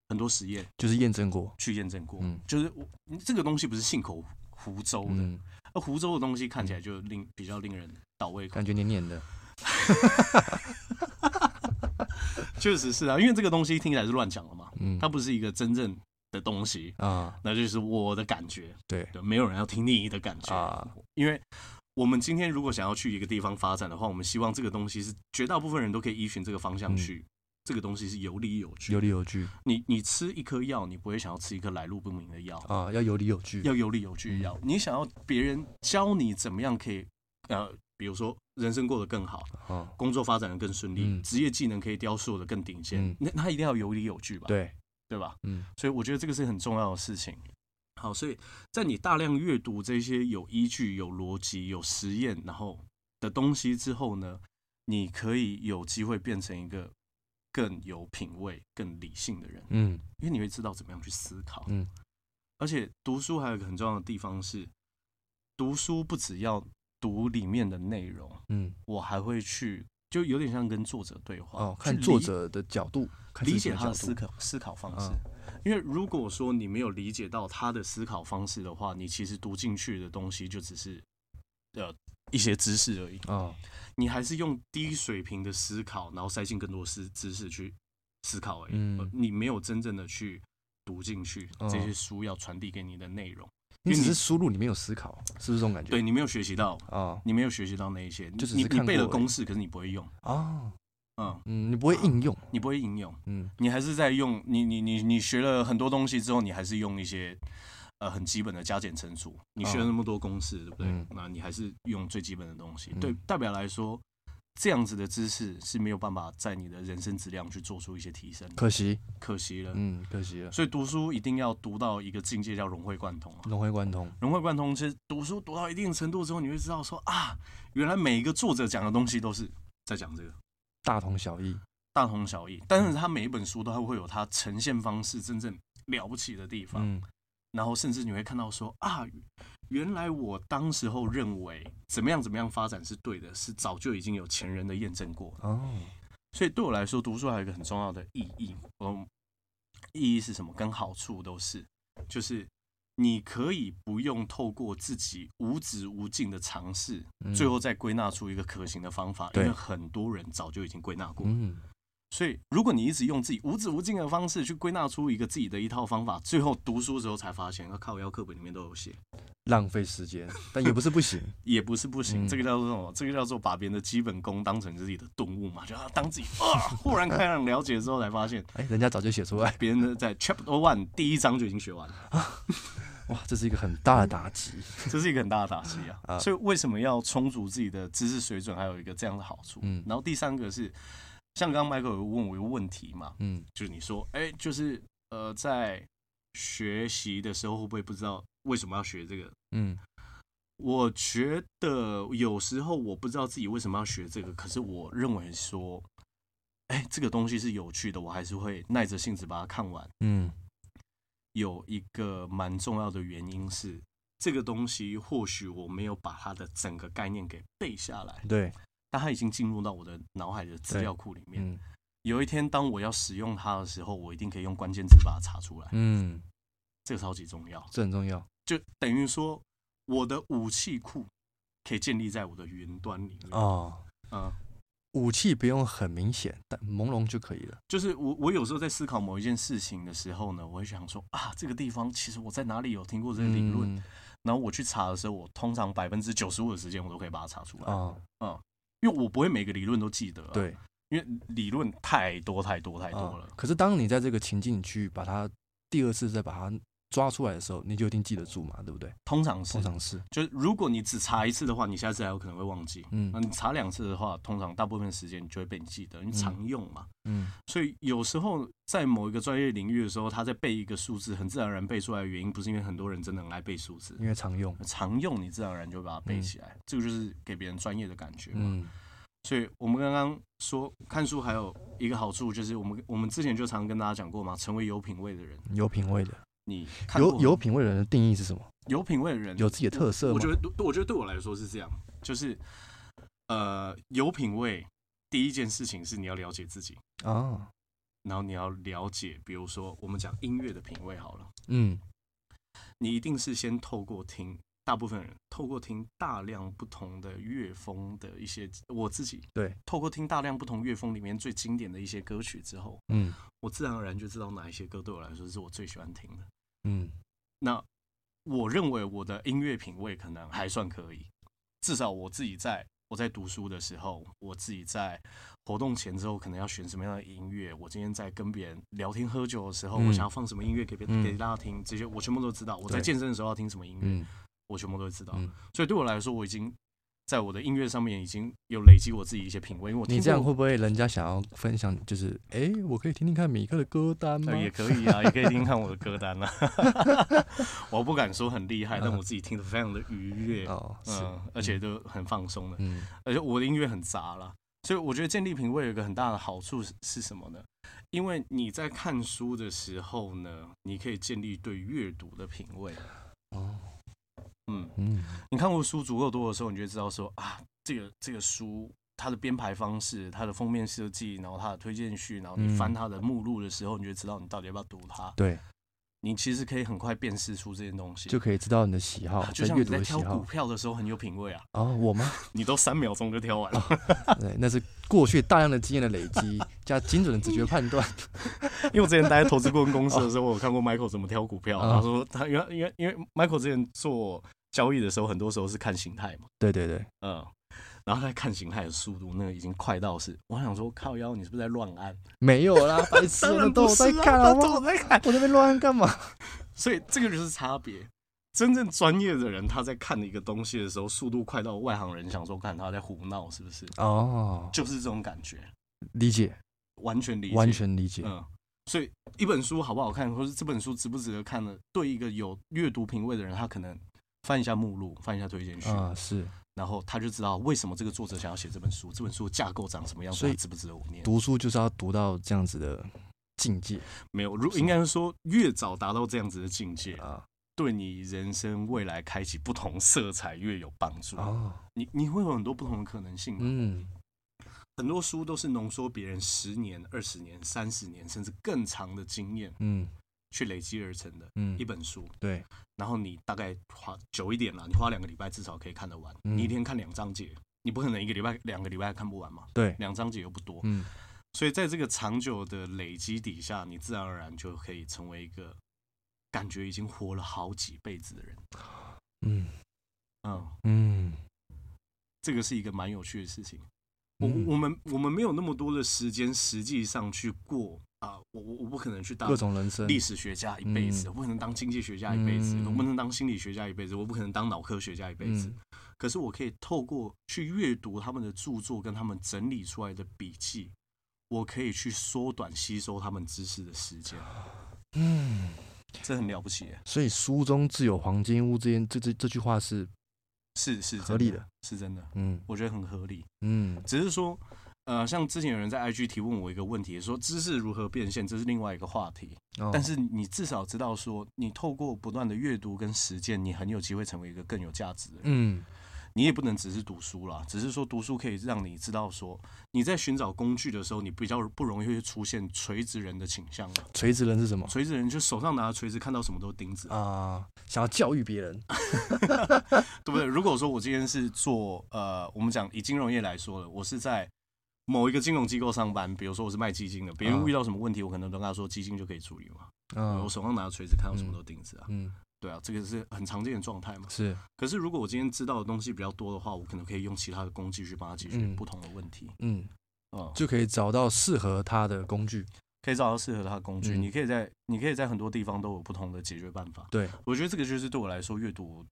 Speaker 1: 很多实验
Speaker 2: 就是验证过，
Speaker 1: 去验证过。
Speaker 2: 嗯
Speaker 1: 就是我这个东西不是信口胡诌的，
Speaker 2: 嗯，
Speaker 1: 而湖州的东西看起来就令比较令人倒胃口
Speaker 2: 感，觉黏黏的，
Speaker 1: 确实是啊，因为这个东西听起来是乱讲了嘛，
Speaker 2: 嗯
Speaker 1: 它不是一个真正的东西，
Speaker 2: 啊，
Speaker 1: 那就是我的感觉，
Speaker 2: 对
Speaker 1: 对，没有人要听你的感觉，
Speaker 2: 啊，
Speaker 1: 因为我们今天如果想要去一个地方发展的话，我们希望这个东西是绝大部分人都可以依循这个方向去，这个东西是有理有据。
Speaker 2: 嗯有理有据
Speaker 1: 你你吃一颗药，你不会想要吃一颗来路不明的药，
Speaker 2: 啊，要有理有据，
Speaker 1: 要有理有据的
Speaker 2: 嗯
Speaker 1: 药。你想要别人教你怎么样可以，呃，比如说人生过得更好，
Speaker 2: 啊，
Speaker 1: 工作发展的更顺利，
Speaker 2: 嗯
Speaker 1: 职、业技能可以雕塑的更顶尖
Speaker 2: 嗯，
Speaker 1: 那那一定要有理有据吧？
Speaker 2: 对，
Speaker 1: 对吧？
Speaker 2: 嗯，
Speaker 1: 所以我觉得这个是很重要的事情。好，所以在你大量阅读这些有依据、有逻辑、有实验然后的东西之后呢，你可以有机会变成一个更有品味、更理性的人，
Speaker 2: 嗯，
Speaker 1: 因为你会知道怎么样去思考。
Speaker 2: 嗯，
Speaker 1: 而且读书还有一个很重要的地方是，读书不只要读里面的内容，
Speaker 2: 嗯，
Speaker 1: 我还会去，就有点像跟作者对话，
Speaker 2: 哦，看
Speaker 1: 去理
Speaker 2: 作者的角度，看
Speaker 1: 理
Speaker 2: 自己
Speaker 1: 解他的
Speaker 2: 角
Speaker 1: 思
Speaker 2: 度，
Speaker 1: 考思考方式
Speaker 2: 嗯。
Speaker 1: 因为如果说你没有理解到他的思考方式的话，你其实读进去的东西就只是呃一些知识而已。
Speaker 2: 啊，
Speaker 1: 你还是用低水平的思考，然后塞进更多知知识去思考而已。
Speaker 2: 嗯
Speaker 1: 呃你没有真正的去读进去
Speaker 2: 嗯
Speaker 1: 这些书要传递给你的内容，因
Speaker 2: 你
Speaker 1: 为
Speaker 2: 只
Speaker 1: 你
Speaker 2: 是输入，你没有思考，是不是这种感觉？
Speaker 1: 对你没有学习到，
Speaker 2: 啊，
Speaker 1: 你没有学习到那一些，
Speaker 2: 就只是
Speaker 1: 你你
Speaker 2: 看
Speaker 1: 背
Speaker 2: 过
Speaker 1: 了
Speaker 2: 而已
Speaker 1: 公式，可是你不会用，
Speaker 2: 啊，
Speaker 1: 嗯，
Speaker 2: 嗯，你不会应用，
Speaker 1: 你不会应用。
Speaker 2: 嗯，
Speaker 1: 你还是在用你你你你学了很多东西之后，你还是用一些呃很基本的加减乘除。你学了那么多公式，对不对？
Speaker 2: 嗯
Speaker 1: 那你还是用最基本的东西。
Speaker 2: 嗯
Speaker 1: 对代表来说，这样子的知识是没有办法在你的人生质量去做出一些提升的，
Speaker 2: 可惜，
Speaker 1: 可惜了。
Speaker 2: 嗯，可惜了，
Speaker 1: 所以读书一定要读到一个境界，叫融会贯通啊。
Speaker 2: 融会贯通，
Speaker 1: 融会贯通，其实读书读到一定程度之后，你会知道说啊，原来每一个作者讲的东西都是在讲这个。
Speaker 2: 大同小异，
Speaker 1: 大同小异，但是它每一本书都还会有它呈现方式真正了不起的地方，
Speaker 2: 嗯，
Speaker 1: 然后甚至你会看到说啊，原来我当时候认为怎么样怎么样发展是对的，是早就已经有前人的验证过了。
Speaker 2: 哦，
Speaker 1: 所以对我来说，读书还有一个很重要的意义，嗯，意义是什么？跟好处都是，就是你可以不用透过自己无止无尽的尝试，
Speaker 2: 嗯
Speaker 1: 最后再归纳出一个可行的方法，因
Speaker 2: 对
Speaker 1: 为很多人早就已经归纳过了。
Speaker 2: 嗯，
Speaker 1: 所以，如果你一直用自己无止无尽的方式去归纳出一个自己的一套方法，最后读书的时候才发现，啊靠，要课本里面都有写，
Speaker 2: 浪费时间，但也不是 不行，
Speaker 1: 也不是不行。
Speaker 2: 嗯
Speaker 1: 这个叫做什么？这个叫做把别人的基本功当成自己的顿悟嘛，就要当自己啊，豁然开朗了解之后才发现，
Speaker 2: 哎，人家早就写出来，
Speaker 1: 别人的在 Chapter One 第一章就已经学完了，
Speaker 2: 哇，这是一个很大的打击，
Speaker 1: 这是一个很大的打击啊。
Speaker 2: 啊
Speaker 1: 所以，为什么要充足自己的知识水准，还有一个这样的好处。
Speaker 2: 嗯
Speaker 1: 然后第三个是，像刚刚 Michael 有问我一个问题嘛，
Speaker 2: 嗯，
Speaker 1: 就是你说，哎、就是呃，在学习的时候会不会不知道为什么要学这个？
Speaker 2: 嗯，
Speaker 1: 我觉得有时候我不知道自己为什么要学这个，可是我认为说，哎、这个东西是有趣的，我还是会耐着性子把它看完。
Speaker 2: 嗯，
Speaker 1: 有一个蛮重要的原因是，这个东西或许我没有把它的整个概念给背下来，
Speaker 2: 嗯对，
Speaker 1: 但它已经进入到我的脑海的资
Speaker 2: 对
Speaker 1: 料库里面。
Speaker 2: 嗯
Speaker 1: 有一天，当我要使用它的时候，我一定可以用关键字把它查出来。
Speaker 2: 嗯，
Speaker 1: 这个超级重要，
Speaker 2: 这很重要
Speaker 1: 就等于说我的武器库可以建立在我的云端里面。
Speaker 2: 哦，
Speaker 1: 嗯，
Speaker 2: 武器不用很明显，但朦胧就可以了，
Speaker 1: 就是我我有时候在思考某一件事情的时候呢，我会想说啊，这个地方其实我在哪里有听过这个理论，
Speaker 2: 嗯
Speaker 1: 然后我去查的时候，我通常百分之九十五的时间我都可以把它查出来，
Speaker 2: 啊，
Speaker 1: 因为我不会每个理论都记得、，啊
Speaker 2: 对，
Speaker 1: 因为理论太多太多太多
Speaker 2: 啊
Speaker 1: 了。，
Speaker 2: 可是当你在这个情境去把它第二次再把它抓出来的时候，你就一定记得住嘛，对不对？
Speaker 1: 通常是
Speaker 2: 通常是，
Speaker 1: 就是如果你只查一次的话，你下次还有可能会忘记。
Speaker 2: 嗯
Speaker 1: 那你查两次的话，通常大部分时间你就会被你记得，因为常用嘛。
Speaker 2: 嗯
Speaker 1: 所以有时候在某一个专业领域的时候，他在背一个数字，很自然而然背出来的原因，不是因为很多人真的很爱背数字，
Speaker 2: 因为常用，
Speaker 1: 常用你自然而然就会把它背起来，这个就是给别人专业的感觉嘛。
Speaker 2: 嗯
Speaker 1: 所以我们刚刚说看书还有一个好处就是，我们我们之前就常跟大家讲过嘛，成为有品味的人，
Speaker 2: 嗯有品味的，
Speaker 1: 你看过
Speaker 2: 有有品味的人的定义是什么？
Speaker 1: 有品味的人
Speaker 2: 有自己的特色
Speaker 1: 我
Speaker 2: 吗
Speaker 1: 觉？得对，我觉得对我来说是这样，就是呃，有品味，第一件事情是你要了解自己，
Speaker 2: 啊，
Speaker 1: 然后你要了解，比如说我们讲音乐的品味好了，
Speaker 2: 嗯
Speaker 1: 你一定是先透过听大部分人透过听大量不同的乐风的一些，我自己
Speaker 2: 对，
Speaker 1: 透过听大量不同乐风里面最经典的一些歌曲之后，
Speaker 2: 嗯
Speaker 1: 我自然而然就知道哪一些歌对我来说是我最喜欢听的。
Speaker 2: 嗯，
Speaker 1: 那我认为我的音乐品味可能还算可以，至少我自己在我在读书的时候，我自己在活动前之后，可能要选什么样的音乐。我今天在跟别人聊天喝酒的时候，
Speaker 2: 嗯
Speaker 1: 我想要放什么音乐给别、
Speaker 2: 嗯
Speaker 1: 给大家听，这些我全部都知道。我在
Speaker 2: 对
Speaker 1: 健身的时候要听什么音乐，
Speaker 2: 嗯
Speaker 1: 我全部都知道。
Speaker 2: 嗯，
Speaker 1: 所以对我来说，我已经在我的音乐上面已经有累积我自己一些品味。因为我听
Speaker 2: 你这样
Speaker 1: 过
Speaker 2: 会不会人家想要分享？就是哎、诶我可以听听看米克的歌单吗
Speaker 1: 呃？也可以啊，也可以听听看我的歌单啊。 我不敢说很厉害，但我自己听得非常的愉悦。
Speaker 2: 嗯哦，是，
Speaker 1: 嗯，而且都很放松的，
Speaker 2: 嗯
Speaker 1: 而且我的音乐很杂啦，所以我觉得建立品味有一个很大的好处是是什么呢？因为你在看书的时候呢，你可以建立对阅读的品味。
Speaker 2: 哦
Speaker 1: 嗯，
Speaker 2: 嗯
Speaker 1: 你看过书足够多的时候，你就知道说啊，这个这个书它的编排方式、它的封面设计，然后它的推荐序，然后你
Speaker 2: 嗯
Speaker 1: 翻它的目录的时候，你就知道你到底要不要读它。
Speaker 2: 对，
Speaker 1: 你其实可以很快辨识出这件东西。
Speaker 2: 就可以知道你的喜好
Speaker 1: 啊，就
Speaker 2: 跟
Speaker 1: 像
Speaker 2: 阅
Speaker 1: 你
Speaker 2: 读
Speaker 1: 在
Speaker 2: 的喜
Speaker 1: 挑股
Speaker 2: 好。
Speaker 1: 票的时候很有品味啊，
Speaker 2: 哦，我吗？
Speaker 1: 你都三秒钟就挑
Speaker 2: 哦
Speaker 1: 完了。
Speaker 2: 对，那是过去大量的经验的累 积加精准的直觉判断。
Speaker 1: 因为我之前待在投资顾问公司的时候，我有看过 Michael 怎么挑股票。
Speaker 2: 哦
Speaker 1: 他说他因为因为因为 Michael 之前做交易的时候，很多时候是看形态嘛，
Speaker 2: 对对对，
Speaker 1: 嗯，然后他看形态的速度，那个已经快到是，我想说靠腰，你是不是在乱按？
Speaker 2: 没有啦，白痴，
Speaker 1: 当
Speaker 2: 那
Speaker 1: 然
Speaker 2: 都
Speaker 1: 不
Speaker 2: 有
Speaker 1: 是
Speaker 2: 在
Speaker 1: 啊，
Speaker 2: 看好
Speaker 1: 他
Speaker 2: 不
Speaker 1: 都
Speaker 2: 好
Speaker 1: 有？在看，
Speaker 2: 我这边乱干嘛？
Speaker 1: 所以这个就是差别。真正专业的人，他在看一个东西的时候，速度快到外行人想说，看他在胡闹是不是？
Speaker 2: 哦，
Speaker 1: 就是这种感觉，
Speaker 2: 理解，
Speaker 1: 完全理解，
Speaker 2: 完全理解。
Speaker 1: 嗯，所以一本书好不好看，或是这本书值不值得看呢？对一个有阅读品味的人，他可能翻一下目录，翻一下推荐序，
Speaker 2: 啊，是
Speaker 1: 然后他就知道为什么这个作者想要写这本书，这本书的架构长什么样子，
Speaker 2: 所以
Speaker 1: 它值不值得我念？
Speaker 2: 读书就是要读到这样子的境界
Speaker 1: 没有，如
Speaker 2: 是
Speaker 1: 应该是说越早达到这样子的境界，
Speaker 2: 啊。
Speaker 1: 对你人生未来开启不同色彩越有帮助。
Speaker 2: 哦，
Speaker 1: 你你会有很多不同的可能性嘛。
Speaker 2: 嗯，
Speaker 1: 很多书都是浓缩别人十年、二十年、三十年甚至更长的经验
Speaker 2: 嗯
Speaker 1: 去累积而成的
Speaker 2: 嗯，
Speaker 1: 一本书。
Speaker 2: 对，
Speaker 1: 然后你大概花久一点啦，你花两个礼拜至少可以看得完。
Speaker 2: 嗯
Speaker 1: 你一天看两章节，你不可能一个礼拜、两个礼拜看不完嘛，
Speaker 2: 对，
Speaker 1: 两章节又不多，
Speaker 2: 嗯
Speaker 1: 所以在这个长久的累积底下，你自然而然就可以成为一个感觉已经活了好几辈子的人。
Speaker 2: 嗯
Speaker 1: 嗯，
Speaker 2: 嗯，
Speaker 1: 这个是一个蛮有趣的事情。我
Speaker 2: 嗯
Speaker 1: 我们我们没有那么多的时间，实际上去过啊、我我我不可能去当
Speaker 2: 各种人生
Speaker 1: 啊历史学家一辈子，
Speaker 2: 嗯
Speaker 1: 我不可能当经济学家一辈子，
Speaker 2: 嗯
Speaker 1: 我不能当心理学家一辈子，我不可能当脑科学家一辈子。
Speaker 2: 嗯
Speaker 1: 可是我可以透过去阅读他们的著作跟他们整理出来的笔记，我可以去缩短吸收他们知识的时间，
Speaker 2: 嗯，
Speaker 1: 这很了不起耶。
Speaker 2: 所以书中自有黄金屋之间，这这这句话是
Speaker 1: 是是真
Speaker 2: 合理的，
Speaker 1: 是真的，
Speaker 2: 嗯
Speaker 1: 我觉得很合理。
Speaker 2: 嗯
Speaker 1: 只是说，呃，像之前有人在 IG 提问我一个问题，说知识如何变现，这是另外一个话题。
Speaker 2: 哦，
Speaker 1: 但是你至少知道说，你透过不断的阅读跟实践，你很有机会成为一个更有价值的人。
Speaker 2: 嗯
Speaker 1: 你也不能只是读书啦，只是说读书可以让你知道说，你在寻找工具的时候，你比较不容易会出现垂直人的倾向了。
Speaker 2: 垂直人是什么
Speaker 1: 垂直人就手上拿着锤子，看到什么都钉子，
Speaker 2: 啊？想要教育别人，
Speaker 1: 对不对？如果说我今天是做呃，我们讲以金融业来说了，我是在某一个金融机构上班，比如说我是卖基金的，别人
Speaker 2: 嗯
Speaker 1: 遇到什么问题，我可能都跟他说基金就可以处理嘛。
Speaker 2: 嗯
Speaker 1: 我手上拿着锤子，看到什么都钉子啊，
Speaker 2: 嗯
Speaker 1: 对啊，这个是很常见的状态嘛。
Speaker 2: 是
Speaker 1: 可是如果我今天知道的东西比较多的话，我可能可以用其他的工具去帮他解决
Speaker 2: 嗯
Speaker 1: 不同的问题。
Speaker 2: 嗯，
Speaker 1: 嗯，
Speaker 2: 就可以找到适合他的工具，
Speaker 1: 可以找到适合他的工具。
Speaker 2: 嗯
Speaker 1: 你可以在你可以在很多地方都有不同的解决办法。
Speaker 2: 对，
Speaker 1: 我觉得这个就是对我来说，阅读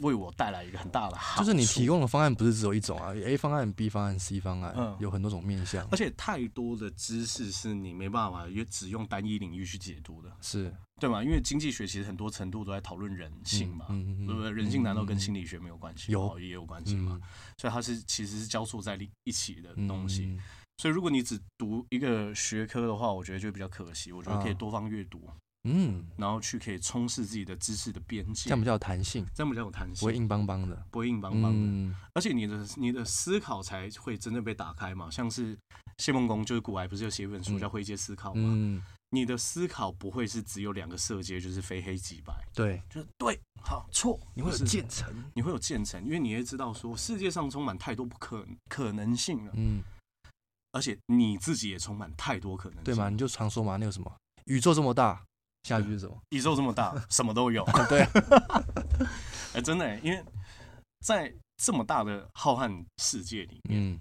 Speaker 1: 为我带来一个很大的好
Speaker 2: 就
Speaker 1: 处。
Speaker 2: 是你提，供的方案不是只有一种啊，A 方案、B 方案、C 方案
Speaker 1: 嗯，
Speaker 2: 有很多种面向
Speaker 1: 而，且太多的知识是你没办法也只用单一领域去解读的，
Speaker 2: 是
Speaker 1: 对吗？因为经济学其实很多程度都在讨论人性嘛，
Speaker 2: 嗯嗯嗯嗯
Speaker 1: 对不对？人性难道跟
Speaker 2: 嗯
Speaker 1: 心理学没有关系？
Speaker 2: 有嗯
Speaker 1: 哦也有关系嘛。所以它是其实是交错在一起的东西。，
Speaker 2: 嗯
Speaker 1: 所以如果你只读一个学科的话，我觉得就比较可惜。我觉得可以
Speaker 2: 啊
Speaker 1: 多方阅读，
Speaker 2: 嗯，嗯
Speaker 1: 然后去可以充实自己的知识的边
Speaker 2: 这
Speaker 1: 界
Speaker 2: 样，比较有弹性，
Speaker 1: 这样比较有弹性，
Speaker 2: 不会硬邦邦的，
Speaker 1: 不会硬邦邦的。
Speaker 2: 嗯
Speaker 1: 而且你的你的思考才会真正被打开嘛。像是谢梦工，就是古来不是有写一本书
Speaker 2: 嗯
Speaker 1: 叫《灰阶思考》嘛？
Speaker 2: 嗯
Speaker 1: 你的思考不会是只有两个色阶，就是非黑即白，
Speaker 2: 对，
Speaker 1: 就是对、好、错，
Speaker 2: 你会
Speaker 1: 不
Speaker 2: 有
Speaker 1: 是
Speaker 2: 建成，
Speaker 1: 你会有渐层，因为你会知道说世界上充满太多不可可能性了，
Speaker 2: 嗯，
Speaker 1: 而且你自己也充满太多可能性，
Speaker 2: 对嘛？？你就常说嘛，那个什么，宇宙这么大，下一句是什么？
Speaker 1: 宇宙这么 大，什么都有，
Speaker 2: 对啊，
Speaker 1: 哎、真的、因为在这么大的浩瀚世界里，
Speaker 2: 嗯，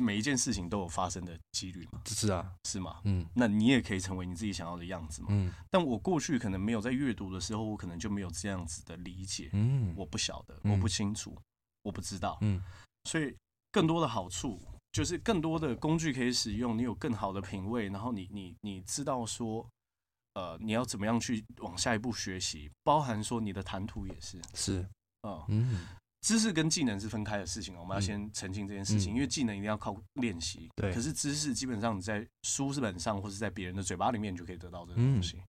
Speaker 1: 每一件事情都有发生的几率嘛，
Speaker 2: 是啊，
Speaker 1: 是吗？
Speaker 2: 嗯
Speaker 1: 那你也可以成为你自己想要的样子嘛。
Speaker 2: 嗯
Speaker 1: 但我过去可能没有在阅读的时候，我可能就没有这样子的理解，
Speaker 2: 嗯，
Speaker 1: 我不晓得，
Speaker 2: 嗯
Speaker 1: 我不清楚，我不知道。
Speaker 2: 嗯
Speaker 1: 所以更多的好处就是更多的工具可以使用，你有更好的品味，然后你你你知道说，呃，你要怎么样去往下一步学习，包含说你的谈吐也是，
Speaker 2: 是，
Speaker 1: 啊、
Speaker 2: 嗯
Speaker 1: 知识跟技能是分开的事情哦，我们要
Speaker 2: 嗯
Speaker 1: 先澄清这件事情，
Speaker 2: 嗯
Speaker 1: 因为技能一定要靠练习，
Speaker 2: 对
Speaker 1: 可是知识基本上你在书本上或是在别人的嘴巴里面，你就可以得到这个
Speaker 2: 嗯
Speaker 1: 东西。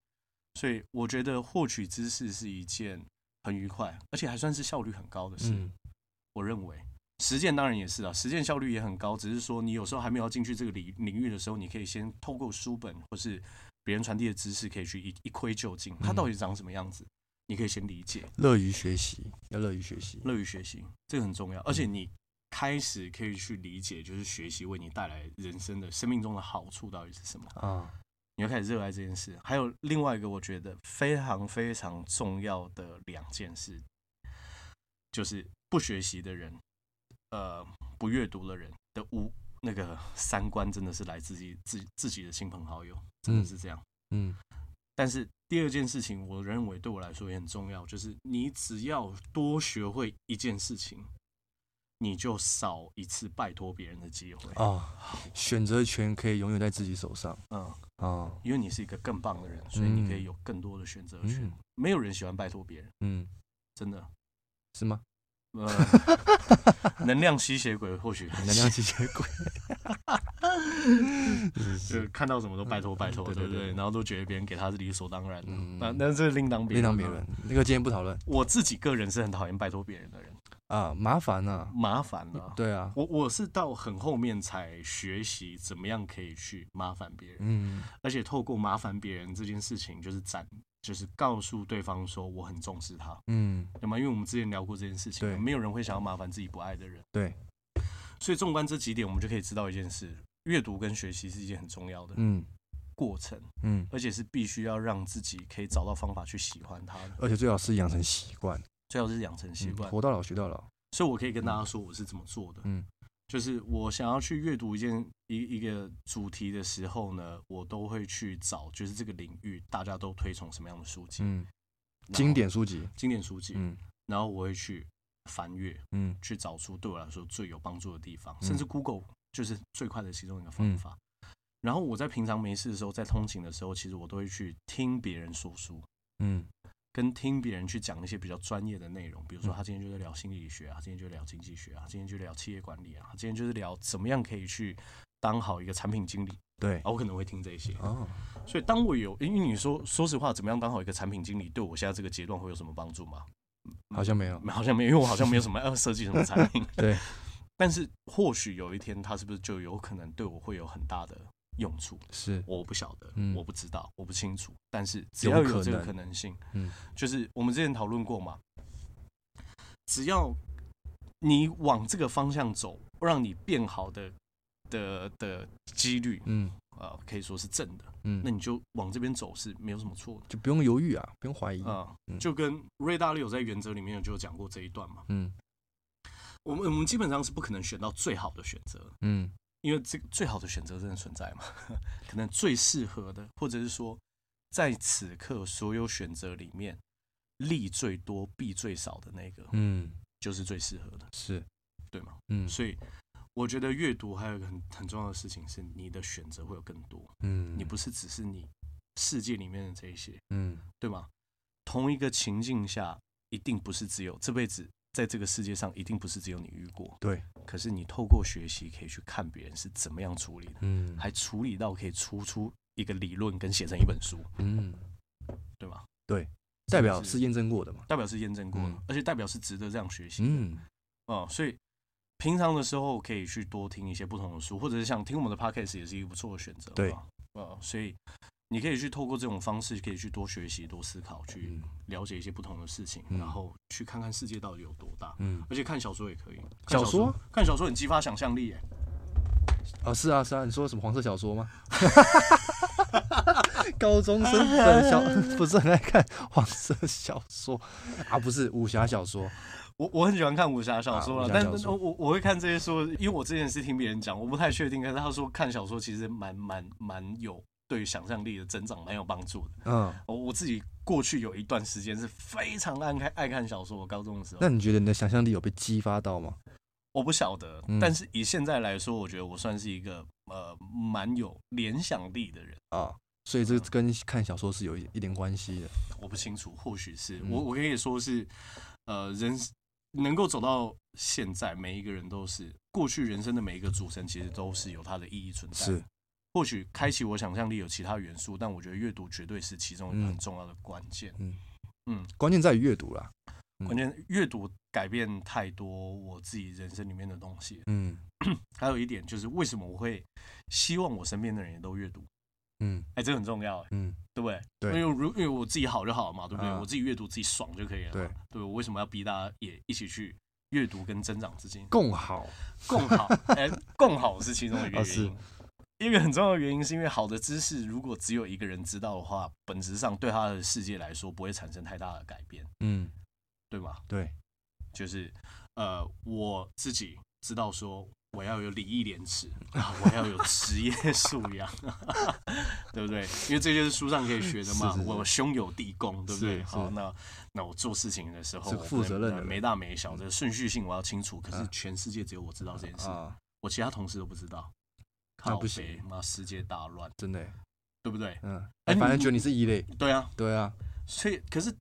Speaker 1: 所以我觉得获取知识是一件很愉快，而且还算是效率很高的事。
Speaker 2: 嗯
Speaker 1: 我认为实践当然也是啊，实践效率也很高，只是说你有时候还没有进去这个领领域的时候，你可以先透过书本或是别人传递的知识，可以去一一窥究竟，
Speaker 2: 嗯
Speaker 1: 它到底长什么样子，你可以先理解，
Speaker 2: 乐于学习，要乐于学习，
Speaker 1: 乐于学习，这个很重要。而且你开始可以去理解，就是学习为你带来人生的生命中的好处到底是什么，
Speaker 2: 啊，
Speaker 1: 你会开始热爱这件事。还有另外一个我觉得非常非常重要的两件事，就是不学习的人，呃，不阅读的人的无那个三观真的是来自己自自己的亲朋好友，真的
Speaker 2: 嗯
Speaker 1: 是这样。
Speaker 2: 嗯
Speaker 1: 但是第二件事情，我认为对我来说也很重要，就是你只要多学会一件事情，你就少一次拜托别人的机会。
Speaker 2: 啊，选择权可以永远在自己手上
Speaker 1: 嗯，
Speaker 2: 啊，
Speaker 1: 因为你是一个更棒的人，所以你可以
Speaker 2: 嗯
Speaker 1: 有更多的选择权。
Speaker 2: 嗯
Speaker 1: 没有人喜欢拜托别人，
Speaker 2: 嗯，
Speaker 1: 真的。
Speaker 2: 是 吗？
Speaker 1: 呃， 能量吸血鬼或许
Speaker 2: 能量吸血鬼，是
Speaker 1: 就是
Speaker 2: 是
Speaker 1: 看到什么都拜托拜托，
Speaker 2: 嗯对
Speaker 1: 对
Speaker 2: 对
Speaker 1: 不
Speaker 2: 对
Speaker 1: 对？然后都觉得别人给他是理所当然的。
Speaker 2: 嗯
Speaker 1: 那那这另当别
Speaker 2: 另
Speaker 1: 论
Speaker 2: 当别
Speaker 1: 啊
Speaker 2: 论，那个今天不讨论
Speaker 1: 我自己个人是很讨厌拜托别人的人，
Speaker 2: 啊，麻烦啊，
Speaker 1: 麻烦了、啊。
Speaker 2: 对啊，
Speaker 1: 我我是到很后面才学习怎么样可以去麻烦别人，
Speaker 2: 嗯
Speaker 1: 而且透过麻烦别人这件事情，就是展，就是告诉对方说我很重视他，
Speaker 2: 嗯，
Speaker 1: 对吗？因为我们之前聊过这件事
Speaker 2: 对
Speaker 1: 情，没有人会想要麻烦自己不爱的人。
Speaker 2: 对，
Speaker 1: 所以纵观这几点，我们就可以知道一件事：阅读跟学习是一件很重要的
Speaker 2: 嗯
Speaker 1: 过程，
Speaker 2: 嗯，
Speaker 1: 而且是必须要让自己可以找到方法去喜欢它的，
Speaker 2: 而且最好是养成习惯，
Speaker 1: 最好是养成习
Speaker 2: 嗯
Speaker 1: 惯。
Speaker 2: 活到老学到老，
Speaker 1: 所以我可以跟大家说我是怎么做的。
Speaker 2: 嗯
Speaker 1: 就是我想要去阅读一件一一个主题的时候呢，我都会去找，就是这个领域大家都推崇什么样的书籍，
Speaker 2: 嗯，
Speaker 1: 然后
Speaker 2: 经典书籍，
Speaker 1: 经典书籍，
Speaker 2: 嗯
Speaker 1: 然后我会去翻阅，
Speaker 2: 嗯
Speaker 1: 去找出对我来说最有帮助的地方，
Speaker 2: 嗯
Speaker 1: 甚至 Google 就是最快的其中一个方法。然后我在平常没事的时候，在通勤的时候，其实我都会去听别人说书，
Speaker 2: 嗯
Speaker 1: 跟听别人去讲一些比较专业的内容，比如
Speaker 2: 嗯
Speaker 1: 说他今天就在聊心理学啊，他今天就聊经济学啊，他今天就聊企业管理啊，他今天就是聊怎么样可以去当好一个产品经理
Speaker 2: 对
Speaker 1: 啊，我可能会听这些。
Speaker 2: 哦，
Speaker 1: 所以当我有，因为你说说实话，怎么样当好一个产品经理，对我现在这个阶段会有什么帮助吗？
Speaker 2: 好像没有，
Speaker 1: 好像没有，因为我好像没有什么要设计什么产 品。
Speaker 2: 对，
Speaker 1: 但是或许有一天，它是不是就有可能对我会有很大的用处？
Speaker 2: 是
Speaker 1: 我不晓得，
Speaker 2: 嗯
Speaker 1: 我不知道，我不清楚。但是只要有这个
Speaker 2: 有可能
Speaker 1: 可能性，
Speaker 2: 嗯
Speaker 1: 就是我们之前讨论过嘛，只要你往这个方向走，让你变好的的的几率，
Speaker 2: 嗯
Speaker 1: 啊，可以说是正的，那
Speaker 2: 嗯，
Speaker 1: 你就往这边走是没有什么错
Speaker 2: 就不用犹豫啊，不用怀疑
Speaker 1: 的，啊、
Speaker 2: 嗯
Speaker 1: 就跟瑞大利有在原则里面就有讲过这一段嘛，
Speaker 2: 嗯
Speaker 1: 我们我们基本上是不可能选到最好的选择的，
Speaker 2: 嗯
Speaker 1: 因为这个最好的选择真的存在嘛？ 可能最适合的，或者是说，在此刻所有选择里面，利最多、弊最少的那个，
Speaker 2: 嗯，
Speaker 1: 就是最适合的，
Speaker 2: 是，
Speaker 1: 对吗？
Speaker 2: 嗯
Speaker 1: 所以，我觉得阅读还有一个很很重要的事情是，你的选择会有更多，
Speaker 2: 嗯，
Speaker 1: 你不是只是你世界里面的这一些，
Speaker 2: 嗯
Speaker 1: 对吗？同一个情境下，一定不是只有这辈子在这个世界上，一定不是只有你遇过。
Speaker 2: 对，
Speaker 1: 可是你透过学习，可以去看别人是怎么样处理的。
Speaker 2: 嗯
Speaker 1: 还处理到可以出出一个理论跟写成一本书，
Speaker 2: 嗯，
Speaker 1: 对吧？
Speaker 2: 代表是验证过的嘛，
Speaker 1: 代表是验证过的，
Speaker 2: 嗯
Speaker 1: 而且代表是值得这样学习的。嗯
Speaker 2: 嗯
Speaker 1: 所以平常的时候可以去多听一些不同的书，或者是想听我们的 podcast 也是一个不错的选择。
Speaker 2: 对
Speaker 1: 啊、呃所以你可以去透过这种方式，可以去多学习、多思考，
Speaker 2: 嗯
Speaker 1: 去了解一些不同的事情，然后去看看世界到底有多大。
Speaker 2: 嗯，
Speaker 1: 而且看小说也可以，看
Speaker 2: 小说
Speaker 1: 看小说很激发想象力耶。
Speaker 2: 啊，是啊，是啊，你说什么黄色小说吗？ 高中生的小 不是很爱看黄色小说啊，不是武侠小说，
Speaker 1: 我我很喜欢看武侠小说
Speaker 2: 啊
Speaker 1: 了
Speaker 2: 武，侠
Speaker 1: 但
Speaker 2: 小
Speaker 1: 但
Speaker 2: 说
Speaker 1: 我我我会看这些书，因为我之前是听别人讲，我不太确定，可是他说看小说其实蛮蛮蛮有对想象力的增长蛮有帮助的。
Speaker 2: 嗯，
Speaker 1: 我哦我自己过去有一段时间是非常爱看爱看小说，我高中的时候
Speaker 2: 那，你觉得你的想象力有被激发到吗？
Speaker 1: 我不晓得，
Speaker 2: 嗯
Speaker 1: 但是以现在来说，我觉得我算是一个呃蛮有联想力的人。
Speaker 2: 啊，所以这跟看小说是有一一点关系的。
Speaker 1: 我不清楚，或许是、
Speaker 2: 嗯
Speaker 1: 我，我可以说是，呃，人能够走到现在，每一个人都是过去人生的每一个主神，其实都是有它的意义存在。，或许开启我想象力有其他元素，但我觉得阅读绝对是其中一个
Speaker 2: 嗯
Speaker 1: 很重要的关键。
Speaker 2: 关键在于阅读啦。嗯
Speaker 1: 关键阅读改变太多我自己人生里面的东西。
Speaker 2: 嗯
Speaker 1: 还有一点就是，为什么我会希望我身边的人也都阅读？
Speaker 2: 嗯
Speaker 1: 哎、这很重要、哎，
Speaker 2: 嗯，
Speaker 1: 对不对？
Speaker 2: 对
Speaker 1: 因为如因为我自己好就好了嘛，对不对？
Speaker 2: 啊
Speaker 1: 我自己阅读自己爽就可以了嘛，
Speaker 2: 对
Speaker 1: 对我为什么要逼大家也一起去阅读跟增长自己？
Speaker 2: 共好。
Speaker 1: 共好，哎、共好是其中的一个
Speaker 2: 哦
Speaker 1: 原因。一个很重要的原因是因为好的知识，如果只有一个人知道的话，本质上对他的世界来说不会产生太大的改变，
Speaker 2: 嗯，
Speaker 1: 对吗？
Speaker 2: 对，
Speaker 1: 就是呃，我自己知道说我要有礼义廉耻，啊我要有职 业素养， 对不对？因为这就是书上可以学的嘛。
Speaker 2: 是是是
Speaker 1: 我兄友弟恭，对不对？
Speaker 2: 是是
Speaker 1: 好，那那我做事情的时候，
Speaker 2: 是
Speaker 1: 我
Speaker 2: 负
Speaker 1: 不能
Speaker 2: 责任的
Speaker 1: 呃
Speaker 2: 人嗯
Speaker 1: 没大没小，这个顺序性我要清楚。可是
Speaker 2: 啊
Speaker 1: 全世界只有我知道这件事，
Speaker 2: 啊，
Speaker 1: 我其他同事都不知道。
Speaker 2: 那
Speaker 1: 靠
Speaker 2: 不
Speaker 1: 北，
Speaker 2: 行
Speaker 1: 妈世界大乱，
Speaker 2: 真的耶，
Speaker 1: 对不对？
Speaker 2: 嗯，
Speaker 1: 哎
Speaker 2: 哎，反正
Speaker 1: 你
Speaker 2: 觉得你是异类。
Speaker 1: 对啊，
Speaker 2: 对啊，
Speaker 1: 所以，可是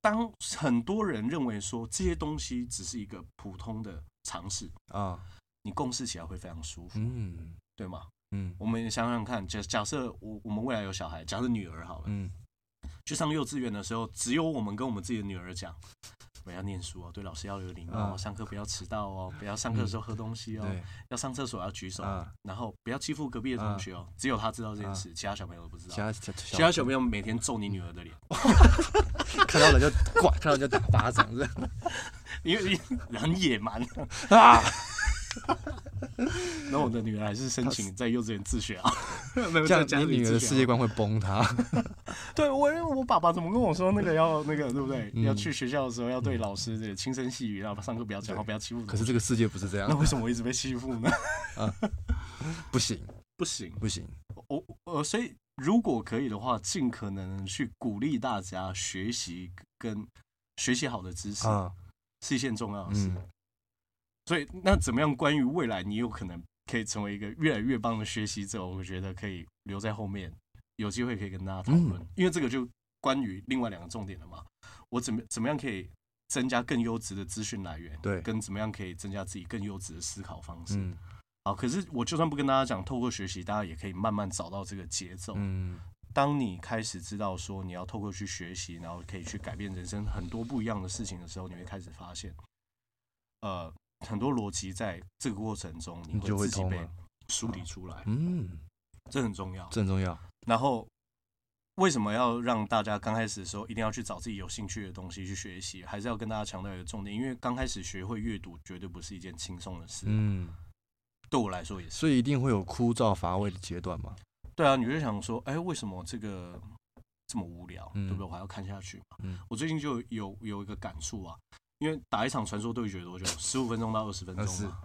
Speaker 1: 当很多人认为说这些东西只是一个普通的尝试，
Speaker 2: 啊，
Speaker 1: 你共事起来会非常舒服，
Speaker 2: 嗯
Speaker 1: 对吗？
Speaker 2: 嗯
Speaker 1: 我们想想看，假假设我我们未来有小孩，假设女儿好了，
Speaker 2: 嗯，
Speaker 1: 去上幼稚园的时候，只有我们跟我们自己的女儿讲，我要念书哦，对老师要有礼貌哦，
Speaker 2: 啊
Speaker 1: 上课不要迟到哦，不要上课的时候喝东西哦，
Speaker 2: 嗯对，
Speaker 1: 要上厕所要举手，
Speaker 2: 啊
Speaker 1: 然后不要欺负隔壁的同学哦。只有他知道这件事，其他小朋友都不知
Speaker 2: 嗯其
Speaker 1: 道。
Speaker 2: 他小
Speaker 1: 其他小
Speaker 2: 朋
Speaker 1: 朋友每天揍你女儿的脸，
Speaker 2: 友看到人就 呱，看到人就打巴掌，这样
Speaker 1: 因为因为很野蛮。
Speaker 2: 啊，
Speaker 1: 然后我的女儿还是申请在幼稚园自学啊，没有
Speaker 2: 这
Speaker 1: 在家
Speaker 2: 样你
Speaker 1: 里
Speaker 2: 女儿的
Speaker 1: 自学啊
Speaker 2: 世界观会崩塌。
Speaker 1: 嗯对我，因为我爸爸怎么跟我说那个要 那个对不对？
Speaker 2: 嗯
Speaker 1: 要去学校的时候要对老师这个轻声细语，然后上课不要讲话，不要欺负同学。
Speaker 2: 可是这个世界不是这
Speaker 1: 那
Speaker 2: 样，
Speaker 1: 为什么我一直被欺负呢？
Speaker 2: 不行
Speaker 1: 不行，
Speaker 2: 不行，
Speaker 1: 我呃，所以如果可以的话，尽可能去鼓励大家学习跟学习好的知识，
Speaker 2: 啊，
Speaker 1: 是一件重要的事。
Speaker 2: 嗯，
Speaker 1: 所以那怎么样？关于未来，你有可能可以成为一个越来越棒的学习者，我觉得可以留在后面，有机会可以跟大家讨论，
Speaker 2: 嗯
Speaker 1: 因为这个就关于另外两个重点了嘛。我怎么怎么样可以增加更优质的资讯来源，
Speaker 2: 对
Speaker 1: 跟怎么样可以增加自己更优质的思考方式。
Speaker 2: 嗯
Speaker 1: 好，可是我就算不跟大家讲，透过学习，大家也可以慢慢找到这个节奏。
Speaker 2: 嗯
Speaker 1: 当你开始知道说你要透过去学习，然后可以去改变人生很多不一样的事情的时候，你会开始发现，呃，很多逻辑在这个过程中你
Speaker 2: 你就
Speaker 1: 会
Speaker 2: 会
Speaker 1: 自己
Speaker 2: 通
Speaker 1: 被
Speaker 2: 了
Speaker 1: 梳理出来，
Speaker 2: 嗯，
Speaker 1: 这很重要。
Speaker 2: 这很重要。
Speaker 1: 然后为什么要让大家刚开始的时候一定要去找自己有兴趣的东西去学习？还是要跟大家强调一个重点，因为刚开始学会阅读绝对不是一件轻松的事，
Speaker 2: 嗯，
Speaker 1: 对我来说也是。
Speaker 2: 所以一定会有枯燥乏味的阶段嘛。
Speaker 1: 对啊，你就想说，哎，为什么这个这么无聊，
Speaker 2: 嗯
Speaker 1: 对不对？我还要看下去嘛。
Speaker 2: 嗯
Speaker 1: 我最近就有有一个感触啊，因为打一场传说对决多久？十五分钟到二十分钟
Speaker 2: 呃是
Speaker 1: 嘛。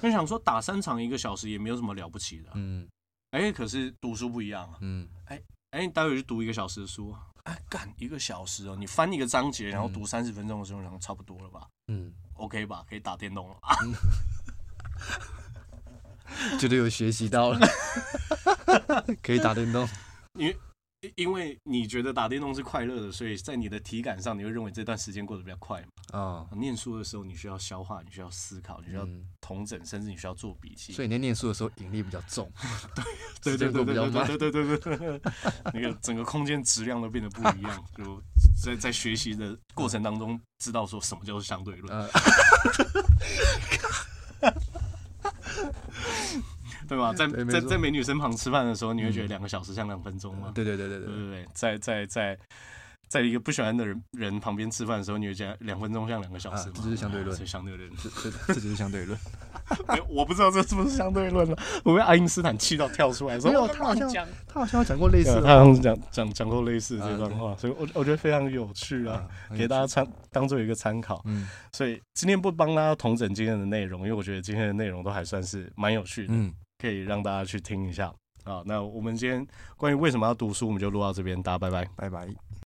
Speaker 1: 就想说打三场一个小时也没有什么了不起的，
Speaker 2: 嗯
Speaker 1: 哎、可是读书不一样啊，
Speaker 2: 嗯，
Speaker 1: 哎、你待会就读一个小时的书，哎，干一个小时哦，你翻一个章节，然后读三十分钟的时候，然后差不多了吧
Speaker 2: 嗯，
Speaker 1: ？OK 吧，可以打电动了啊吧？
Speaker 2: 嗯觉得有学习到 了，可以打电动。
Speaker 1: 因为 因为你觉得打电动是快乐的，所以在你的体感上，你会认为这段时间过得比较快嘛
Speaker 2: 啊、
Speaker 1: 念书的时候，你需要消化，你需要思考，你需要
Speaker 2: 嗯
Speaker 1: 同整，甚至你需要做笔记。
Speaker 2: 所以你在念书的时候引力比较 重，
Speaker 1: 对对
Speaker 2: 时
Speaker 1: 对
Speaker 2: 间过
Speaker 1: 对
Speaker 2: 比较慢
Speaker 1: 对对对对对，那个整个空间质量都变得不一样。就在在学习的过程当中，知道说什么叫做相
Speaker 2: 啊
Speaker 1: 对论。
Speaker 2: 呃，
Speaker 1: 对吧？在
Speaker 2: 对没
Speaker 1: 在
Speaker 2: 错
Speaker 1: 在美女身旁吃饭的时候，你会觉得
Speaker 2: 嗯
Speaker 1: 两个小时像两分钟吗？
Speaker 2: 对对对对
Speaker 1: 对
Speaker 2: 对，
Speaker 1: 对对，在在在在一个不喜欢的人人旁边吃饭的时候，你会觉得两分钟像两个小时
Speaker 2: 啊
Speaker 1: 吗？
Speaker 2: 这就是相对论
Speaker 1: 这相对论。
Speaker 2: 这这这就是相对论。
Speaker 1: 没有我不知道这是不是相对论了，我被爱因斯坦气到跳出来，说
Speaker 2: 没有
Speaker 1: 哦
Speaker 2: 他好像
Speaker 1: 讲，
Speaker 2: 他好像有讲过类似
Speaker 1: 对啊他
Speaker 2: 的
Speaker 1: 好像讲讲讲过类似的这段
Speaker 2: 啊
Speaker 1: 话，所以我我觉得非常有趣啊，，
Speaker 2: 很有
Speaker 1: 给大
Speaker 2: 趣
Speaker 1: 家参当做一个参考。
Speaker 2: 嗯
Speaker 1: 所以今天不帮大家统整今天的内容，因为我觉得今天的内容都还算是蛮有趣的，
Speaker 2: 嗯，
Speaker 1: 可以让大家去听一下。好，那我们今天关于为什么要读书，我们就录到这边，大家拜拜。
Speaker 2: 拜拜。